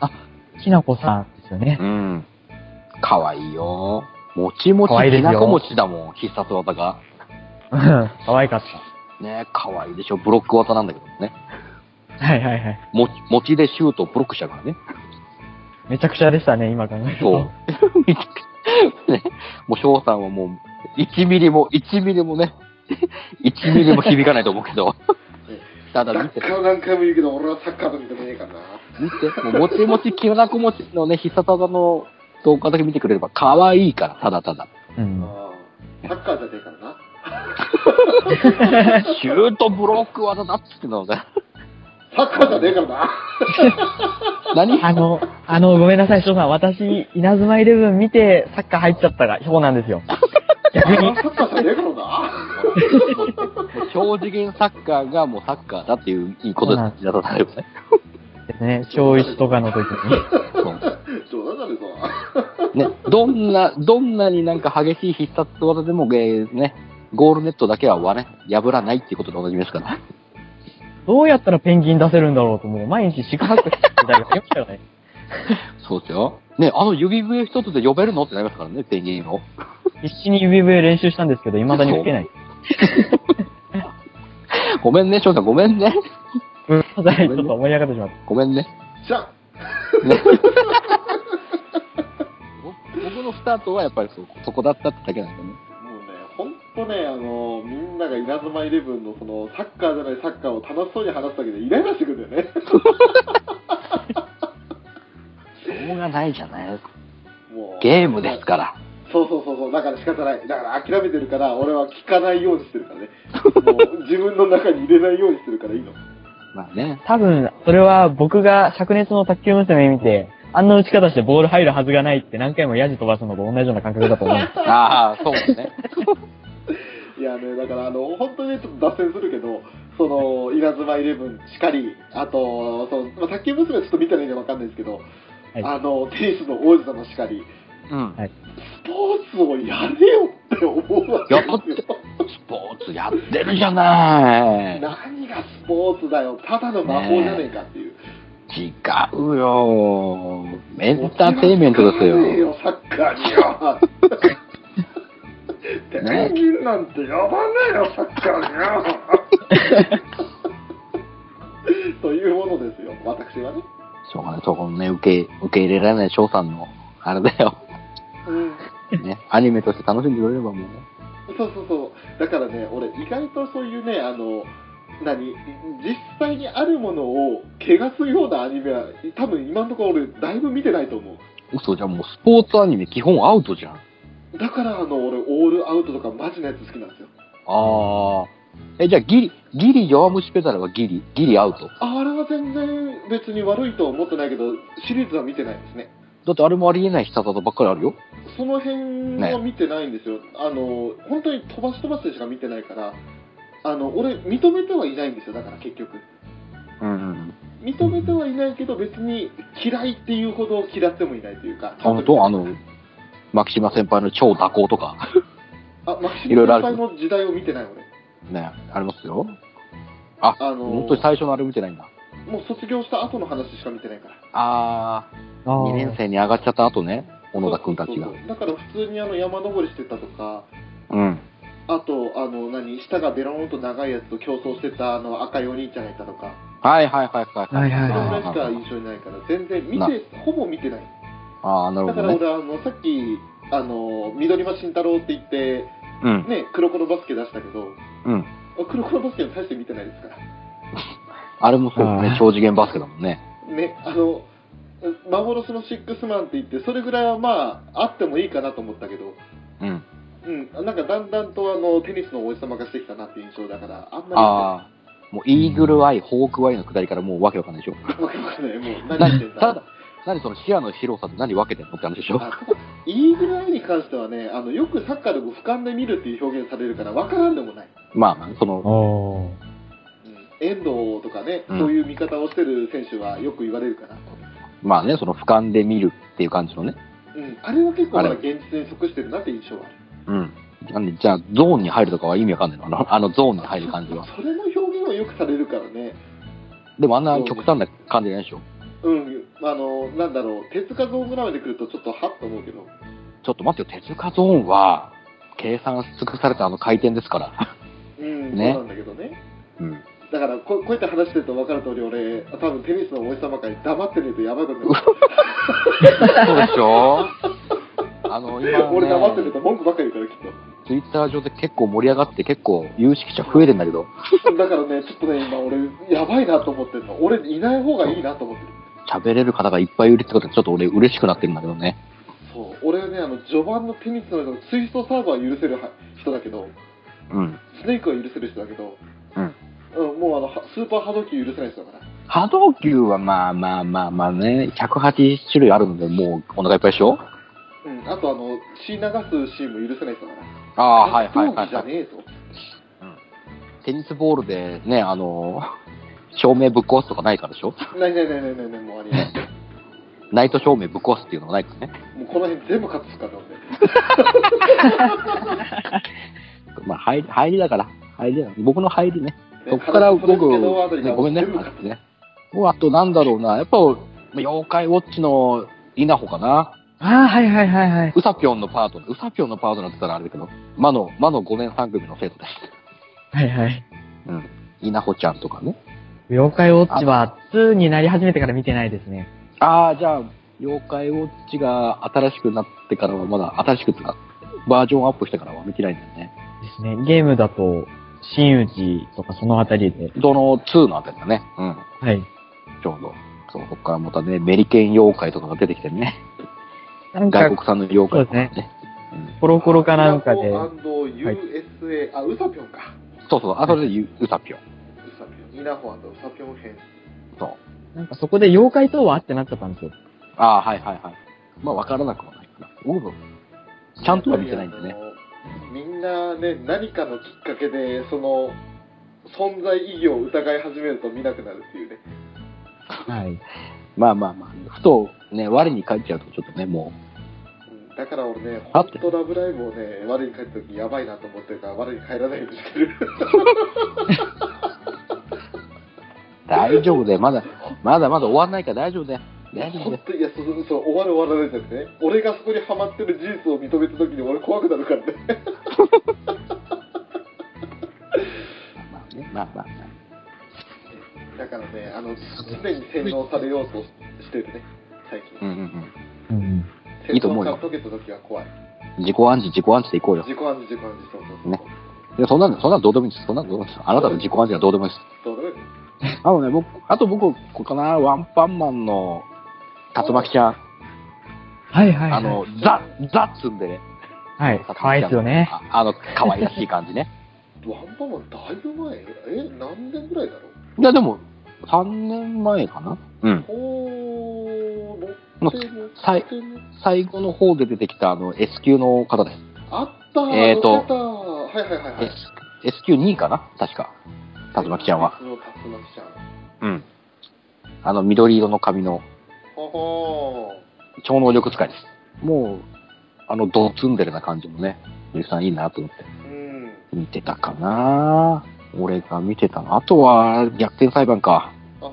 S1: きなこさんですよね
S2: う。ん。かわいいよ。もちも
S1: かわい
S2: ち、
S1: いで
S2: き
S1: すよ
S2: なこもちだもん。必殺技が。
S1: 可愛かっ
S2: ねかわいいでしょ。ブロック技なんだけどね。
S1: た。はいはいはい。
S2: もち、もちでシュートをブロックしちゃうからね。
S1: めちゃくちゃでしたね、今考える
S2: そ
S1: と。
S2: う。ね、もう翔さんはもう、1ミリも、1ミリもね、1ミリも響かないと思うけど。 ただ
S3: サ
S2: 見
S3: ッ
S2: て
S3: カ、ーは何回も言うけど、俺はサッカーなんてねえからな。
S2: 見て、もうもちもち、きなこもちのね、必殺技の動画だけ見てくれれば可愛いから、ただただ。
S1: うん。
S3: サッカーじゃねえからな。
S2: シュートブロック技だっつってんのね。
S3: サッカーじゃねえからな。
S2: 何
S1: あの、あの、ごめんなさい、翔さん。私、稲妻イレブン見てサッカー入っちゃったが、そうなんです よ。逆
S3: 俺は
S1: に。
S3: サッカーじゃねえからな。
S2: もう超次元サッカーがもうサッカーだっていういいことだったらね。
S1: ですね、小一とかの時に。
S2: そう
S3: 冗談だね、そら。
S2: ね、どんな、どんなになんか激しい必殺技でも、えーね、ゴールネットだけは割れ、破らないっていうことで同じみですから。
S1: どうやったらペンギン出せるんだろうと、もう毎日四苦八苦してた時代がありましたよね。
S2: そうですよ。ね、あの指笛一つで呼べるのってなりますからね、ペンギンを。
S1: 必死に指笛練習したんですけど、未だに吹けない。
S2: ごめんね、翔さん、ごめんね。
S1: うん、ちょっと盛り上がってしまった。
S2: ごめんね。
S3: じゃあ、
S2: ね僕僕のスタートはやっぱりそそこだったってだけなんだよね。
S3: もうね、ほんとね、あの、みんなが稲妻イレブンのその、サッカーじゃないサッカーを楽しそうに話すだけでイライラしてくるんだよね。
S2: しょうがないじゃないですか。
S3: もう
S2: ゲームですから。
S3: そうそうそうそう、だから仕方ない。だから諦めてるから、俺は聞かないようにしてるからね。もう自分の中に入れないようにしてるからいいの。
S2: まあね。
S1: 多分、それは僕が灼熱の卓球娘見て、あんな打ち方してボール入るはずがないって何回もヤジ飛ばすのと同じような感覚だと 思うんです。
S2: ああ、そうですね。
S3: いやね、だからあの、本当にねちょっと脱線するけど、その、稲妻イレブンしかり、あと、その、まあ、卓球娘はちょっと見てないんでわかんないですけど、
S1: はい
S3: あの、テニスの王子様しかり、
S2: うん。
S3: スポーツをやれよって思うわけですよ。
S2: スポーツやってるじゃない。
S3: 何がスポーツだよ、ただの魔法じゃねえかっていう。
S2: 違うよエンターテインメントです
S3: ねえ
S2: よ。
S3: よ、サッカーによ。ペンギンなんて呼ばねえよ、サッカーによ。 というものですよ、私はね。
S2: しょうがない、そこのね、受け、受け入れられない翔さんの、あれだよ。
S3: うん
S2: ね、アニメとして楽しんでくれればもう。
S3: そうそうそう。だからね、俺、意外とそういうね、あの、何実際にあるものを汚すようなアニメは多分今のところ俺だいぶ見てないと思う
S2: 嘘じゃんもうスポーツアニメ基本アウトじゃん。あ
S3: だからあの俺オールアウトとかマジなやつ好きなんですよ
S2: あ。え、じゃあギリ、ギリ弱虫ペダルはギリ、ギリアウト。
S3: あれは全然別に悪いとは思ってないけど、シリーズは見てないですね。
S2: だってあれもありえない必殺技ばっかりあるよ。
S3: その辺は見てないんですよ。あの、本当に飛ばし飛ばしでしか見てないから、あの、俺認めてはいないんですよ、だから結局。
S2: うん。
S3: 認めてはいないけど、別に嫌いっていうほど嫌ってもいないというか。
S2: あの、と、あの、マキシマ先輩の超蛇行とか、
S3: あ、マキシ
S2: いろ
S3: ム
S2: いろあ
S3: 先
S2: る
S3: 輩の時代を見てない俺。
S2: ね、ありますよ。
S3: あの、
S2: 本当に最初のあれ見てないんだ。
S3: もう卒業した後の話しか見てないから。
S2: あ
S1: あ
S2: あ、
S1: ー
S2: 2年生に上がっちゃった後ね、小野田くんたちが
S3: そうそう。そうだから普通にあの山登りしてたとか、
S2: うん。
S3: あと、あの、何、舌がベロンと長いやつと競争してたあの赤いお兄ちゃんがいたとか、
S2: はいはいはい
S1: は
S2: はい。
S1: い
S3: そ
S1: はい
S3: れぐ
S1: は
S3: らいしか印象にないから、全然見
S2: な
S3: て、ほぼ見てない。
S2: ああ、なる
S3: だ
S2: ほ
S3: か
S2: ど
S3: ら
S2: ね。
S3: 俺、あの、さっき、あの、緑間慎太郎って言って、
S2: うん。
S3: ね、黒子のバスケ出したけど、
S2: うん。
S3: 黒子のバスケは大して見てないですから。
S2: あれもそうだ
S1: あ
S2: ね
S1: ー、
S2: 超次元バスケだもんね。
S3: ね、あの、幻のシックスマンって言って、それぐらいはまあ、あってもいいかなと思ったけど、
S2: うん。
S3: うん、なんかだんだんとあの、テニスの王子様がしてきたなって印象だから、あんま
S2: ああ、もうイーグルアイ、ホークアイのくだりからもうわけわかんないでしょ。
S3: り、わけわかんない。もう、何
S2: な
S3: してんだ
S2: ただ、何その視野の広さで何分けてんのって話でしょ。
S3: あイーグルアイに関してはね、あのよくサッカーでも俯瞰で見るっていう表現されるから、わからんでもない、
S2: まあまあ、その、
S1: おー
S3: 遠藤とかね、
S2: うん
S3: そういう見方をしてる選手はよく言われるから、
S2: まあね、その俯瞰で見るっていう感じのね。
S3: うん、あれは結構まだ
S2: あ
S3: 現実に即してるなって印象はある。
S2: うん。なんで、じゃあ、ゾーンに入るとかは意味わかんないのあの、あのゾーンに入る感じは。
S3: それの表現はよくされるからね、
S2: でもあんな極端な感じじゃないでしょ。
S3: うん、あの、なんだろう、手塚ゾーンぐらいまで来るとちょっとはっと思うけど、
S2: ちょっと待ってよ、手塚ゾーンは、計算し尽くされたあの回転ですから。
S3: うん、
S2: ね
S3: そうなんだけどね。
S2: うん。
S3: だからこ、こうやって話してると分かる通り、俺、多分テニスの王子様会黙ってねえとやばいこと になる。
S2: そうでしょあの、今、ね、
S3: 俺黙ってねえと文句ばっかり言うから、きっと。
S2: ツイッター上で結構盛り上がって結構有識者増えてんだけど、
S3: だからね、ちょっとね、今俺、やばいなと思ってるの。俺、いない方がいいなと思ってる。
S2: 喋れる方がいっぱいいるってことでちょっと俺嬉しくなってるんだけどね。
S3: そう。俺はね、あの、序盤のテニスのツイストサーバーは許せるは人だけど、
S2: うん。
S3: スネークは許せる人だけど、
S2: うん。
S3: うん、もうあの、はスーパー波動球許せない人だから。
S2: 波動球はまあまあまあまあね、180種類あるのでもうお腹いっぱいでしょ
S3: うん、あとあの、血流すシーンも許せない人だから。
S2: ああ、はいはい
S3: 格闘
S2: はい、
S3: 技じゃ
S2: はい。
S3: ねえぞ。
S2: テニスボールでね、あの、照明ぶっ壊すとかないからでしょ
S3: ないないないないないない、もうありえない。
S2: ナイト照明ぶっ壊すっていうのがないからね。
S3: もうこの辺全部カットするから、俺。
S2: まあ入り、入りだから、入りだから。僕の入りね。 そこから僕、ね、ごめんね、あってね。もうあとなんだろうな、やっぱ、妖怪ウォッチの稲穂かな。
S1: ああ、はいはいはいはい。
S2: ウサピョンのパートナー、ウサピョンのパートナーって言ったらあれだけど、魔の、魔の5年3組の生徒です。
S1: はいはい。
S2: うん。稲穂ちゃんとかね。
S1: 妖怪ウォッチは2になり始めてから見てないですね。
S2: ああ、じゃあ、妖怪ウォッチが新しくなってからはまだ、新しくつか、バージョンアップしてからは見てないんだよね。
S1: ですね。ゲームだと、新内とかそのあたりで。
S2: どの2のあたりだね。うん。
S1: はい。
S2: ちょうど。そう、そこからまたね、メリケン妖怪とかが出てきてね。
S1: なんか
S2: 外、国産の妖怪とかね。
S1: そうコロコロかなんかで。
S3: アンド USA、あ、ウサピョンか。
S2: うんそうそう、あ、それでゆウサピョン。
S3: ウサピョン。イナホウサピョン編。
S2: そう。
S1: なんかそこで妖怪とはってなっちゃったんですよ。
S2: ああ、はいはいはい。まあ、わからなくはないかな。僕も、ちゃんとは見てないんでね。
S3: みんなね、何かのきっかけで、その、存在意義を疑い始めると見なくなるっていうね。
S1: はい。
S2: まあまあまあ、ふとね、我に返っちゃうとちょっとね、も
S3: うんだから俺ね、
S2: だ
S3: 本
S2: って
S3: 当ラブライブをね、我に帰った時やばいなと思ってるから、我に帰らないようにしてる。
S2: う、大丈夫で、まだ、まだまだ終わんないから大丈夫だよ。大丈夫だ
S3: 本
S2: よ。
S3: 当にいやそうそうそう終わる終わらないですね俺がそこにハマってる事実を認めた時に俺怖くなるからね
S2: まあね、まあまあ。
S3: だからねあの常に洗脳されようとしてるね最近
S2: うんうん
S1: うん。
S2: いいと思うよ
S3: 洗脳から解けた時は怖い
S2: うん。自己暗示、自己暗示でいこうよ。
S3: 自己暗示自己暗示そうそうそう
S2: ねいや、そんなの、そんなのどうでもいいです。そんなのどうでもいいです。あなたの自己暗示はどうでもいいです。
S3: そうだね
S2: あのね、僕、あと僕、ここかな、ワンパンマンの竜巻ちゃん、
S1: はいはい、はい。
S2: あの、ザ、ザっつんでね。
S1: はい。
S2: 竜巻ちゃん
S1: かわいいですよね。
S2: ああの、可愛らしい感じ ね。
S3: ワンパンマンだいぶ前え何年ぐらいだろう
S2: いや、でも、3年前かなうん。
S3: おー
S2: の
S3: 6点
S2: 最最後の方で出てきた、あの、S 級の方です。
S3: あったー
S2: えーと
S3: 乗ってたーはいはいはいはい
S2: S, S 級2位かな確か。竜巻ちゃんは。
S3: その竜巻ちゃん
S2: うん。あの、緑色の髪の
S3: ほほー
S2: 超能力使いです。もう、あの、ドツンデレな感じもね、ゆきさんいいなと思って
S3: うん
S2: 見てたかな俺が見てたの。あとは、逆転裁判か。
S3: あは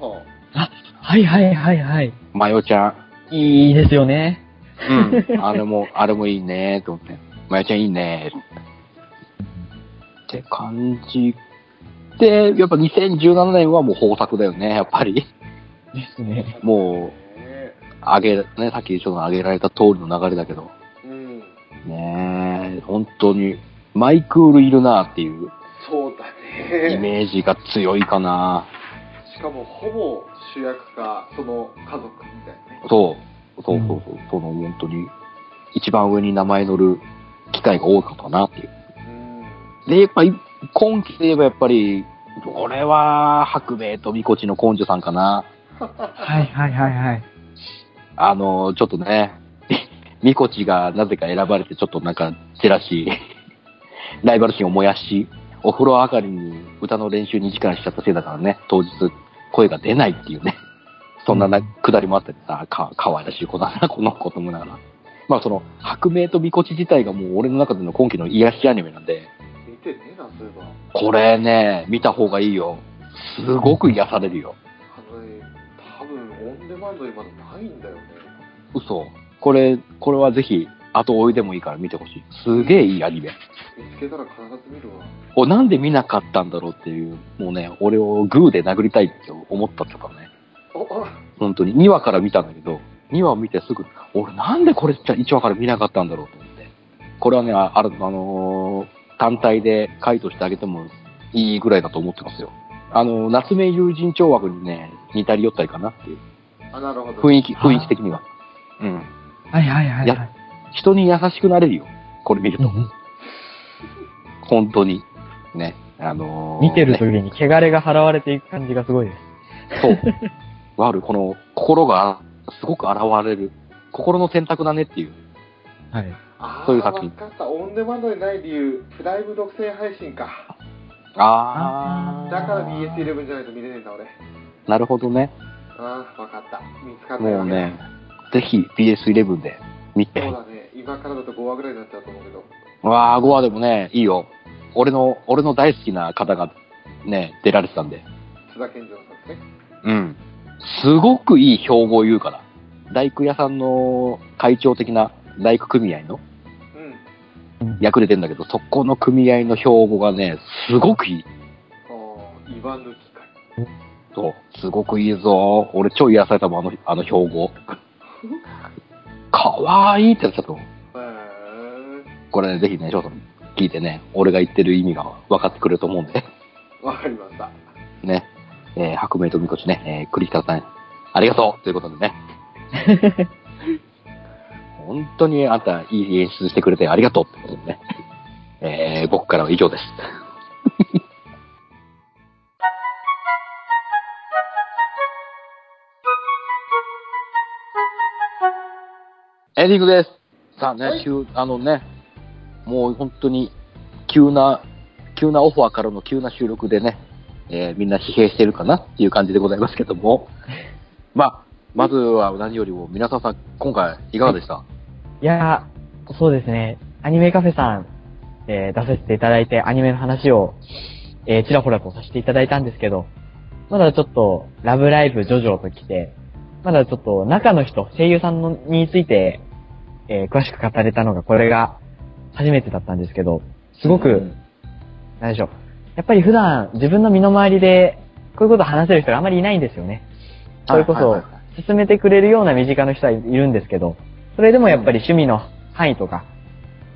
S1: はいはいはいはい。
S2: マヨちゃん。
S1: いいですよね。
S2: うん。あれも、あれもいいねと思って。マヨちゃんいいねって感じ。で、やっぱ2017年はもう豊作だよね、やっぱり。
S1: ですね。
S2: もう、
S3: ね
S2: 上げ、ね、さっきちょっと上げられた通りの流れだけど。
S3: うん
S2: ねえ、本当に、マイクールいるなっていう
S3: そうだ
S2: イ
S3: ね
S2: メージが強いかな。
S3: しかもほぼ主役かその家族みたいなね
S2: そう、そうそうそう、その本当に、一番上に名前乗る機会が多かったなっていう。
S3: うん
S2: で、やっぱり、今期で言えばやっぱり、俺は、白米とみこちの根性さんかな。
S1: はいはいはいはい。
S2: あの、ちょっとね、 みこちがなぜか選ばれて、ちょっとなんか、ジェラシ ー、ライバル心を燃やし、お風呂上がりに歌の練習2時間しちゃったせいだからね、当日、声が出ないっていうね、そんななくだりもあったりさ、か、かわいらしい子だな、この子と思いながら。まあその、白明とみこち自体がもう俺の中での今期の癒しアニメなんで、
S3: 見てねえなそういえば
S2: これね、見た方がいいよ。すごく癒されるよ。
S3: あのね多分オンデマンド今ないんだよね
S2: 嘘。これ、これはぜひ、後追いでもいいから見てほしい。すげえいいアニメ。
S3: 見つけたら必ず見るわ
S2: お、なんで見なかったんだろうっていう、もうね、俺をグーで殴りたいって思ったとかね。
S3: おあ
S2: 本当に。2話から見たんだけど、2話を見てすぐ、俺なんでこれじゃ1話から見なかったんだろうと思って。これはね、ああるあのー単体で回としてあげてもいいぐらいだと思ってますよ。あの、夏目友人帳枠にね、似たり寄ったりかなっていう。
S3: あなるほど
S2: 雰囲気、雰囲気的には。うん。
S1: はいはいはいい、
S2: や
S1: はい。
S2: 人に優しくなれるよ。これ見る
S1: うん
S2: と。
S1: うん
S2: 本当に。ね。あのー
S1: 見てる
S2: ね
S1: 時に汚れが払われていく感じがすごいです。
S2: そう。ワール、この、心が、すごく現れる。心の選択だねっていう。
S1: はい。
S3: あ
S2: そういう作品
S3: 分かったオンデマンドにない理由プライム独占配信か
S2: あ
S1: ー
S3: だから BS11 じゃないと見れねえんだ俺
S2: なるほどね。
S3: ああ分かった見つかった
S2: もうね、ぜひ BS11 で見
S3: そう
S2: て。
S3: だね今からだと5話ぐらいになっちゃうと思うけど
S2: わあ、5話でもね、いいよ。俺の、俺の大好きな方が、ね、出られてたんで。
S3: 津田健次郎さんですね
S2: うん。すごくいい標語を言うから。大工屋さんの会長的な大工組合の
S3: うん
S2: 役で出るんだけど、そこの組合の標語がね、すごくいい。
S3: ああ岩抜き会
S2: そう、すごくいいぞ。俺超癒されたもん、あの、あの標語。かわいいってやつだと思う。
S3: へえ
S2: これね、ぜひね、翔さん聞いてね、俺が言ってる意味が分かってくれると思うんで、
S3: わかりました
S2: ね、えー白明とみこちね、えー、栗北さん、ありがとうということで ね。本当にあんた、いい演出してくれてありがとうってことでね。えー僕からは以上です。 エンディングです。さあね、
S3: はい
S2: 急、あのね、もう本当に急な、急なオファーからの急な収録でね、えーみんな疲弊してるかなっていう感じでございますけども、 まあ、まずは何よりも皆さんさん、今回いかがでした、
S1: いやー、そうですね。アニメカフェさん、えー出させていただいて、アニメの話を、えーちらほらとさせていただいたんですけど、まだちょっと、ラブライブジョジョと来て、まだちょっと中の人、声優さんのについて、えー詳しく語れたのが、これが初めてだったんですけど、すごく、なんでしょう。やっぱり普段、自分の身の回りで、こういうことを話せる人があまりいないんですよね。それこ
S2: はいは
S1: そ
S2: いはいは、
S1: 進めてくれるような身近な人はいるんですけど、それでもやっぱり趣味の範囲とか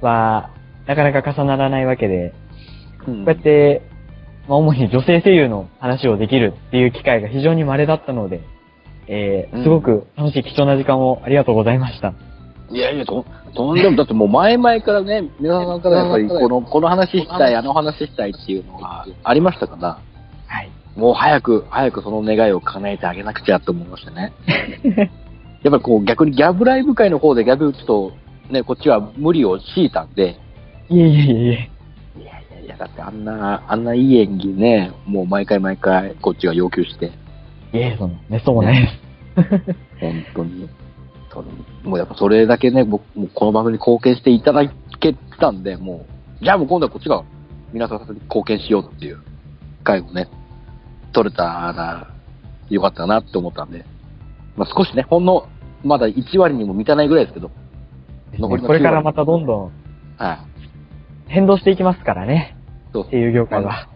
S1: は、なかなか重ならないわけで、
S2: うん、
S1: こうやって、まあ、主に女性声優の話をできるっていう機会が非常に稀だったので、え
S2: う
S1: ー、
S2: ん
S1: すごく楽しい貴重な時間をありがとうございました。
S2: いやいや、ととんでも、だってもう前々からね、皆さんからやっぱりこの、この話したい、あの話したいっていうのがありましたから、
S1: はい。
S2: もう早く、早くその願いを叶えてあげなくちゃと思いました ね。やっぱりこう逆にギャブライブ会の方でギャブちょっとね、こっちは無理を強いたんで、
S1: いえいえいえいえ。
S2: いやいやいや、だってあんな、あんないい演技ね、もう毎回毎回こっちが要求して、
S1: いえ、その、めっそうもないです。
S2: 本当に。そのもうやっぱそれだけね、僕、もうこの番組に貢献していただけたんで、もう、じゃあもう今度はこっちが皆さんに貢献しようっていう会をね、取れたらよかったなって思ったんで、まあ少しね、ほんの、まだ1割にも満たないぐらいですけど、残りの9割
S1: これからまたどんどん
S2: はい。
S1: 変動していきますからね。
S2: そう
S1: 声優業界 は。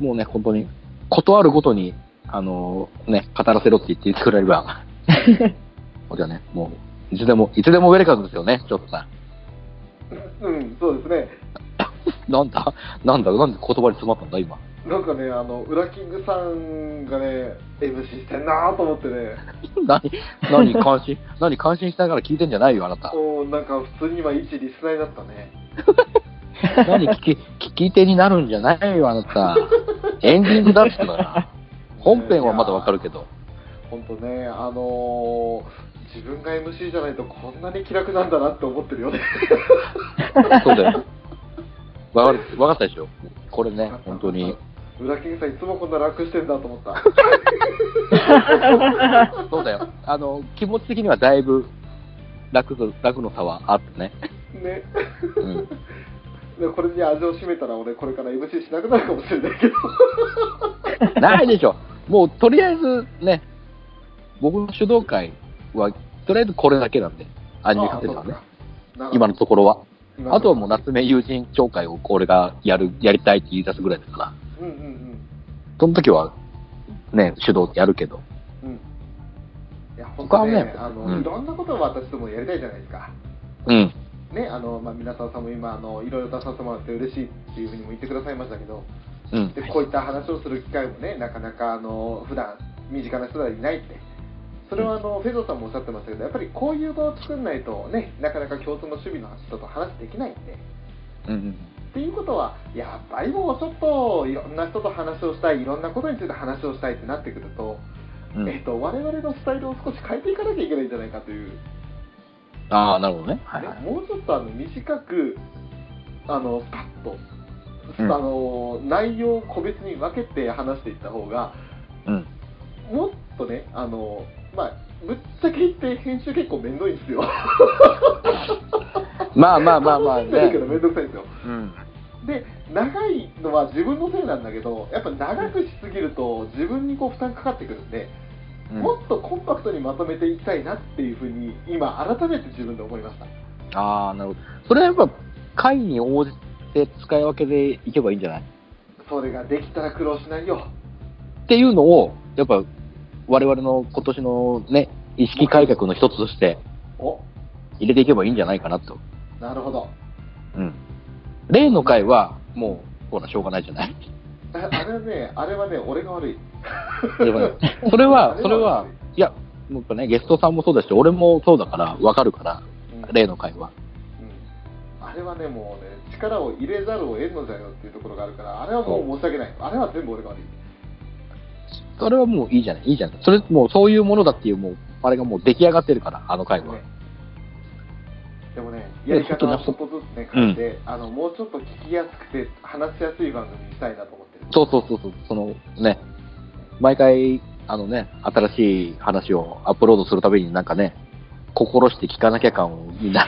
S2: もうね、本当に、断るごとに、あのね、語らせろって言ってくれれば、これはね、もう、いつでも、いつでもウェルカムですよね、ちょっとさん。
S3: うん、そうですね。
S2: なんだなんだなんで言葉に詰まったんだ、今。
S3: なんかね、あの、ウラキングさんがね、MC してんなーと思っ てね、
S2: 何、何、感心、何、感心しながら聞いてんじゃないよ、あなた。
S3: もうなんか普通に今、一リスナーになったね。
S2: 何聞き、聞き手になるんじゃないよ、あなた。エンディングだっつったから。本編はまだわかるけど。
S3: 本当ね、あのー自分が MC じゃないとこんなに気楽なんだなって思ってるよね。
S2: そうだよ。わかる、わかったでしょ。これね、本当に。
S3: ウラキングさん、いつもこんな楽してんだと思った。
S2: そうだよ。あの、気持ち的にはだいぶ楽と、楽の差はあってね。
S3: ね。
S2: うん。
S3: でこれに味を占めたら俺これから MC しなくなるかもしれないけ ど
S2: ないでしょ。もう、とりあえずね、僕の主導会は、とりあえずこれだけなんで、アニメ化すればね、
S3: ああそうか
S2: 今のところは。
S3: 今の
S2: あとはもう夏目友人紹介をこれがやる、やりたいって言い出すぐらいだから、
S3: うんうん
S2: その時は、ね、主導でやるけど。
S3: うんうんいや本
S2: 他は
S3: 当
S2: ね
S3: ねあの、
S2: うん
S3: いろんなことを私どもやりたいじゃないですか
S2: うん。
S3: ねあの、まあ、皆さんさんも今あのいろいろ出させてもらって嬉しいっていうふうにも言ってくださいましたけど
S2: うん
S3: で。こういった話をする機会もねなかなかあの普段身近な人はいないってそれはあのフェゾさんもおっしゃってましたけどやっぱりこういう場を作んないとねなかなか共通の趣味の人と話できないんで
S2: うん。
S3: っていうことは、やっぱりもうちょっといろんな人と話をしたい、いろんなことについて話をしたいってなってくると、
S2: う
S3: えっ
S2: ん。
S3: と、我々のスタイルを少し変えていかなきゃいけないんじゃないかという、
S2: ああ、なるほどね。はいはい。
S3: ねもうちょっとあの短く、あのパッと、
S2: うん
S3: あの内容を個別に分けて話していった方が、
S2: うん。
S3: もっとね、あのまあ、ぶっちゃけ言って編集結構面倒いんですよ。
S2: ま あまあまあまあ
S3: 楽しんでる
S2: ね
S3: け。ど面倒くさいんですよ。
S2: うん。
S3: で長いのは自分のせいなんだけどやっぱ長くしすぎると自分にこう負担かかってくるんで、
S2: うん
S3: もっとコンパクトにまとめていきたいなっていうふうに今改めて自分で思いました
S2: ああ、なるほど。それはやっぱ、会に応じて使い分けでいけばいいんじゃない
S3: それができたら苦労しないよ
S2: っていうのを、やっぱ、我々の今年のね、意識改革の一つとして
S3: お
S2: 入れていけばいいんじゃないかなと。
S3: なるほど
S2: うん。例の会は、もう、ほら、しょうがないじゃ ない
S3: ああれはねあれはね俺が悪い
S2: それは、それは、それは、いや、もうやっぱね、ゲストさんもそうだし、俺もそうだから、わかるから、
S3: うん
S2: 例の会は。
S3: うんあれはねもうね力を入れざるを得んのじゃよっていうところがあるからあれはもう申し訳ないあれは全部俺が悪い
S2: それはもういいじゃない、いいじゃない。それ、もうそういうものだっていう、もう、あれがもう出来上がってるから、あの会は。
S3: でもね、やり方はちょっとずつね、
S2: う
S3: 変え
S2: ん
S3: て、あの、もうちょっと聞きやすくて、話しやすい番組にしたいなと思ってる。
S2: そうそうそうそう、そのね、毎回、あのね、新しい話をアップロードするたびになんかね、心して聞かなきゃ感をみんな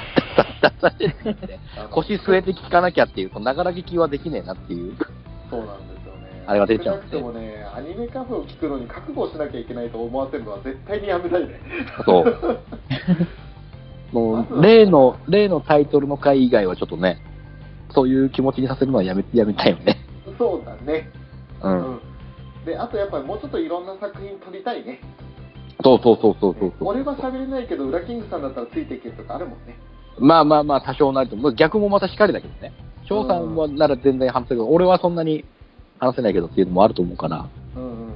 S2: 出されてるん で、
S3: あの
S2: 腰据えて聞かなきゃっていう、ながら聞きはできねえなっていう。
S3: そうなんですよね。
S2: あれが出ちゃう
S3: 少なく
S2: ん
S3: と
S2: で。
S3: もね、アニメカフェを聞くのに覚悟しなきゃいけないと思わせるのは絶対にやめないね。
S2: そう。もう、例の、例のタイトルの回以外はちょっとね、そういう気持ちにさせるのはやめ、やめたいよね。
S3: そうだね。
S2: う。
S3: うんで、あとやっぱりもうちょっといろんな作品撮りたいね。
S2: そうそうそうそうそうそう。
S3: 俺は喋れないけど、裏キングさんだったらついていけるとかあるもんね。
S2: まあまあまあ、多少なりとも、逆もまた光だけどね。翔さんはなら全然話せるけど、俺はそんなに話せないけどっていうのもあると思うから、
S3: うんうん。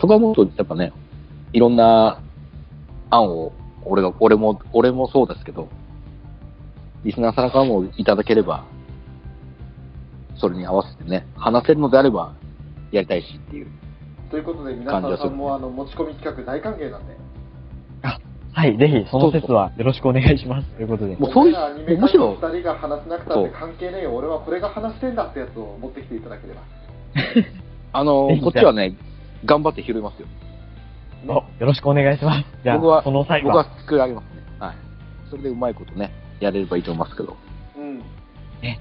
S2: そこはもっとやっぱね、いろんな案を、俺が、俺も、俺もそうですけど、リスナーさんからもいただければ、それに合わせてね、話せるのであれば、やりたいしっていう。
S3: ということで、皆
S2: 感じはす
S3: さ
S2: る
S3: んもあの持ち込み企画大歓迎なんで。
S1: はい、ぜひ、その説はよろしくお願いします。ということで。
S2: もうそういう
S3: 俺らアニメ
S2: もう
S3: カ
S2: むし
S3: フェ
S2: ろ
S3: の2人が話せなくたって関係ねえよ。俺はこれが話してんだってやつを持ってきていただければ。
S2: あの
S1: ぜひ、
S2: こっちはね、頑張って拾いますよ。
S1: およろしくお願いします。じゃ
S2: 僕は
S1: あ、その際
S2: 僕は
S1: は、
S2: 作り上げますね。はい。それでうまいことね、やれればいいと思いますけど。
S3: うん。
S1: ね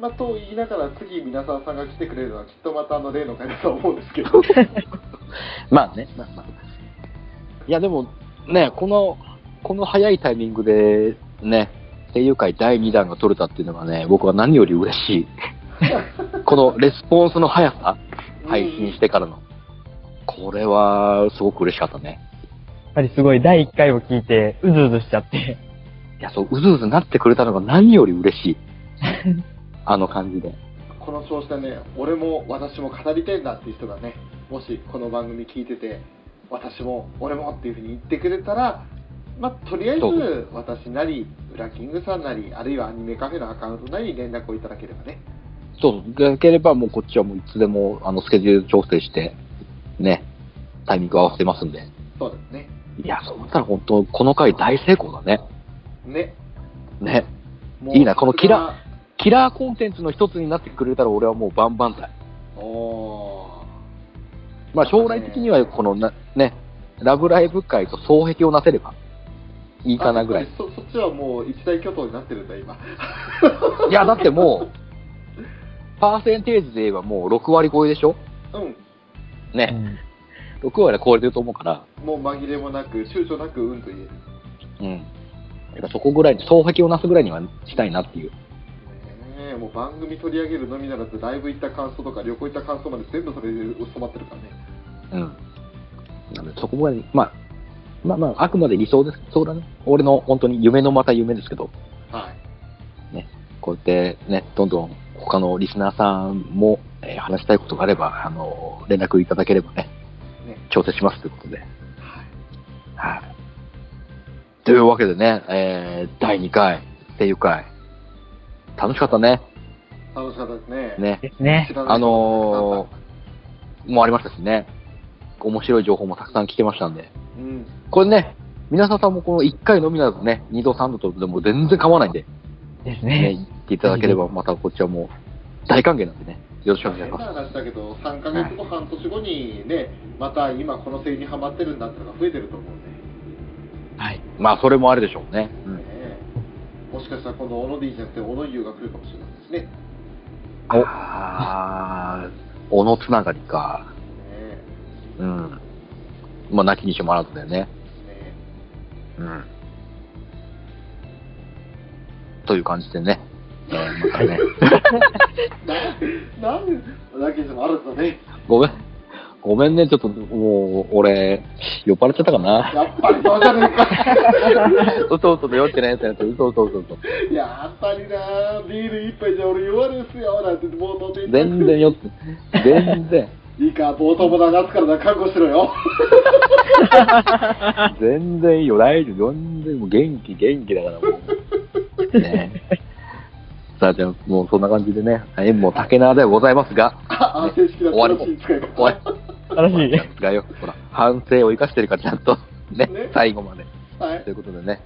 S3: まあ、と言いながら、次、皆さんさんが来てくれるのは、きっとまたあの例の回だと思うんですけど。
S2: まあね、まあまあ。いや、でも、ね、この、この早いタイミングで、ね、声優界第2弾が取れたっていうのがね、僕は何より嬉し い。このレスポンスの速さ、 配信してからの。これは、すごく嬉しかったね。
S1: やっぱりすごい第1回を聞いて、うずうずしちゃって。
S2: いや、そう、うずうずなってくれたのが何より嬉 しい。あの感じで。
S3: この調子でね、俺も私も語りてえんだっていう人がね、もしこの番組聞いてて、私も俺もっていうふうに言ってくれたら、まあ、とりあえず
S2: そうそ
S3: 私なり、ウラキングさんなり、あるいはアニメカフェのアカウントなりに連絡をいただければね。
S2: そう、でければもうこっちはもういつでも、あの、スケジュール調整して、ね、タイミング合わせてますんで。
S3: そうですね。
S2: いや、そう思ったら本当、この回大成功だね。
S3: ね。
S2: ね。
S3: も
S2: いいなこのキラキラーコンテンツの一つになってくれたら俺はもう万々歳。
S3: ー。おー。
S2: まあ将来的にはこのな、ね、ラブライブ界と双璧をなせればいいかなぐらい。
S3: そそっちはもう一大巨頭になってるんだ今
S2: いや、だってもう、パーセンテージで言えばもう6割超えでしょ
S3: う
S2: ね。6割は超えてると思うから、
S3: んもう紛れもなく躊躇なくうんと言える、ね
S2: うん。だからそこぐらい、双璧をなすぐらいにはしたいなっていう。
S3: えもう番組取り上げるのみならずライブ行った感想とか旅行行った感想まで全部それで収まってるからね
S2: うん。なので、そこまで、まあ、まあまあ、あくまで理想です。そうだね。俺の本当に夢のまた夢ですけど、
S3: はい
S2: こうやってね、どんどん他のリスナーさんも、えー話したいことがあれば、あの、連絡いただければね、
S3: ね
S2: 調整しますということで。
S3: はい
S2: はい。というわけでね、えー第2回、声優会、楽しかったね。
S3: 楽しかったですね
S2: ね。
S1: ですね
S3: 知。らない
S2: あのもうありましたしね。面白い情報もたくさん聞けましたんで。
S3: うん
S2: これね、皆さんもこの1回のみならずね、2度3度とでも全然構わないんで、
S1: です
S2: ね、
S1: ね。
S2: 言っていただければ、またこちらも大歓迎なんでね、よろしくお
S3: 大
S2: 願いしま
S3: 変な
S2: す。
S3: 話だけど3ヶ月後半年後にねまた今この声にハマってるんだってのが増えてると思うんで
S1: はい。
S2: まあ、それもあるでしょうね。
S3: ねえもしかしたら今度オノディじゃなくてオノユーが来るかもしれないですねね
S2: ああ、おのつながりか。
S3: え
S2: うん。まあ、なきにしもあらずだよね。
S3: ね
S2: うん。という感じでね。えーまたね。
S3: えなんでラッキーさんもあるんだね
S2: ごめん。ごめんね、ちょっと、もう、俺、酔っ払っちゃったかな。
S3: やっぱりそうじゃねえか
S2: 嘘嘘で酔ってないやつやつ、嘘嘘嘘嘘。
S3: やっぱりなビール一杯じゃ俺弱るっすよなんて冒頭で言って
S2: 全然酔って、全然、
S3: いいか冒頭も流すからな覚悟しろ よ
S2: 全然いいよ、大丈夫、全然、もう元気、元気だから、もう。ねえさあ、じゃあ、もうそんな感じでね、縁も竹縄ではございますが、
S3: ああ正式な
S2: 終わり
S3: 正しい使い方
S2: 終わり、
S1: 正しい。
S2: がよ、ほら、反省を生かしてるから、ちゃんと、ね
S3: ね、
S2: 最後まで。
S3: はい
S2: ということでね、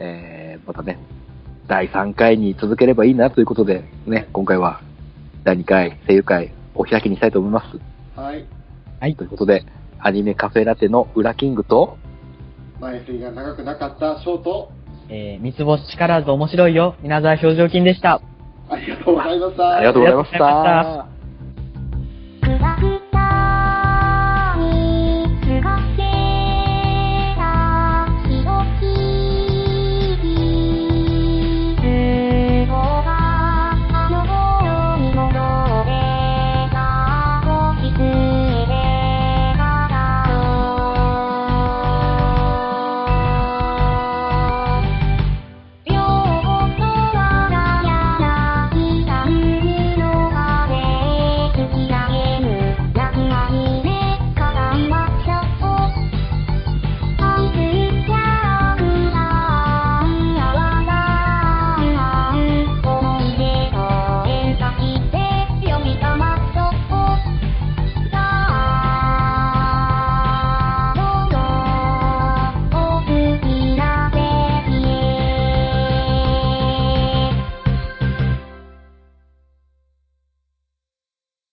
S2: えー、またね、第3回に続ければいいなということで、ね、今回は、第2回、声優会、お開きにしたいと思います。
S3: はい
S1: はい
S2: と。いうことで、アニメカフェラテの裏キングと、
S3: 前振りが長くなかったショート
S1: えー、三つ星力ず面白いよ。稲沢表情筋でした。
S3: ありがとうございました
S2: ありがとうございまし。
S1: ありがとうございました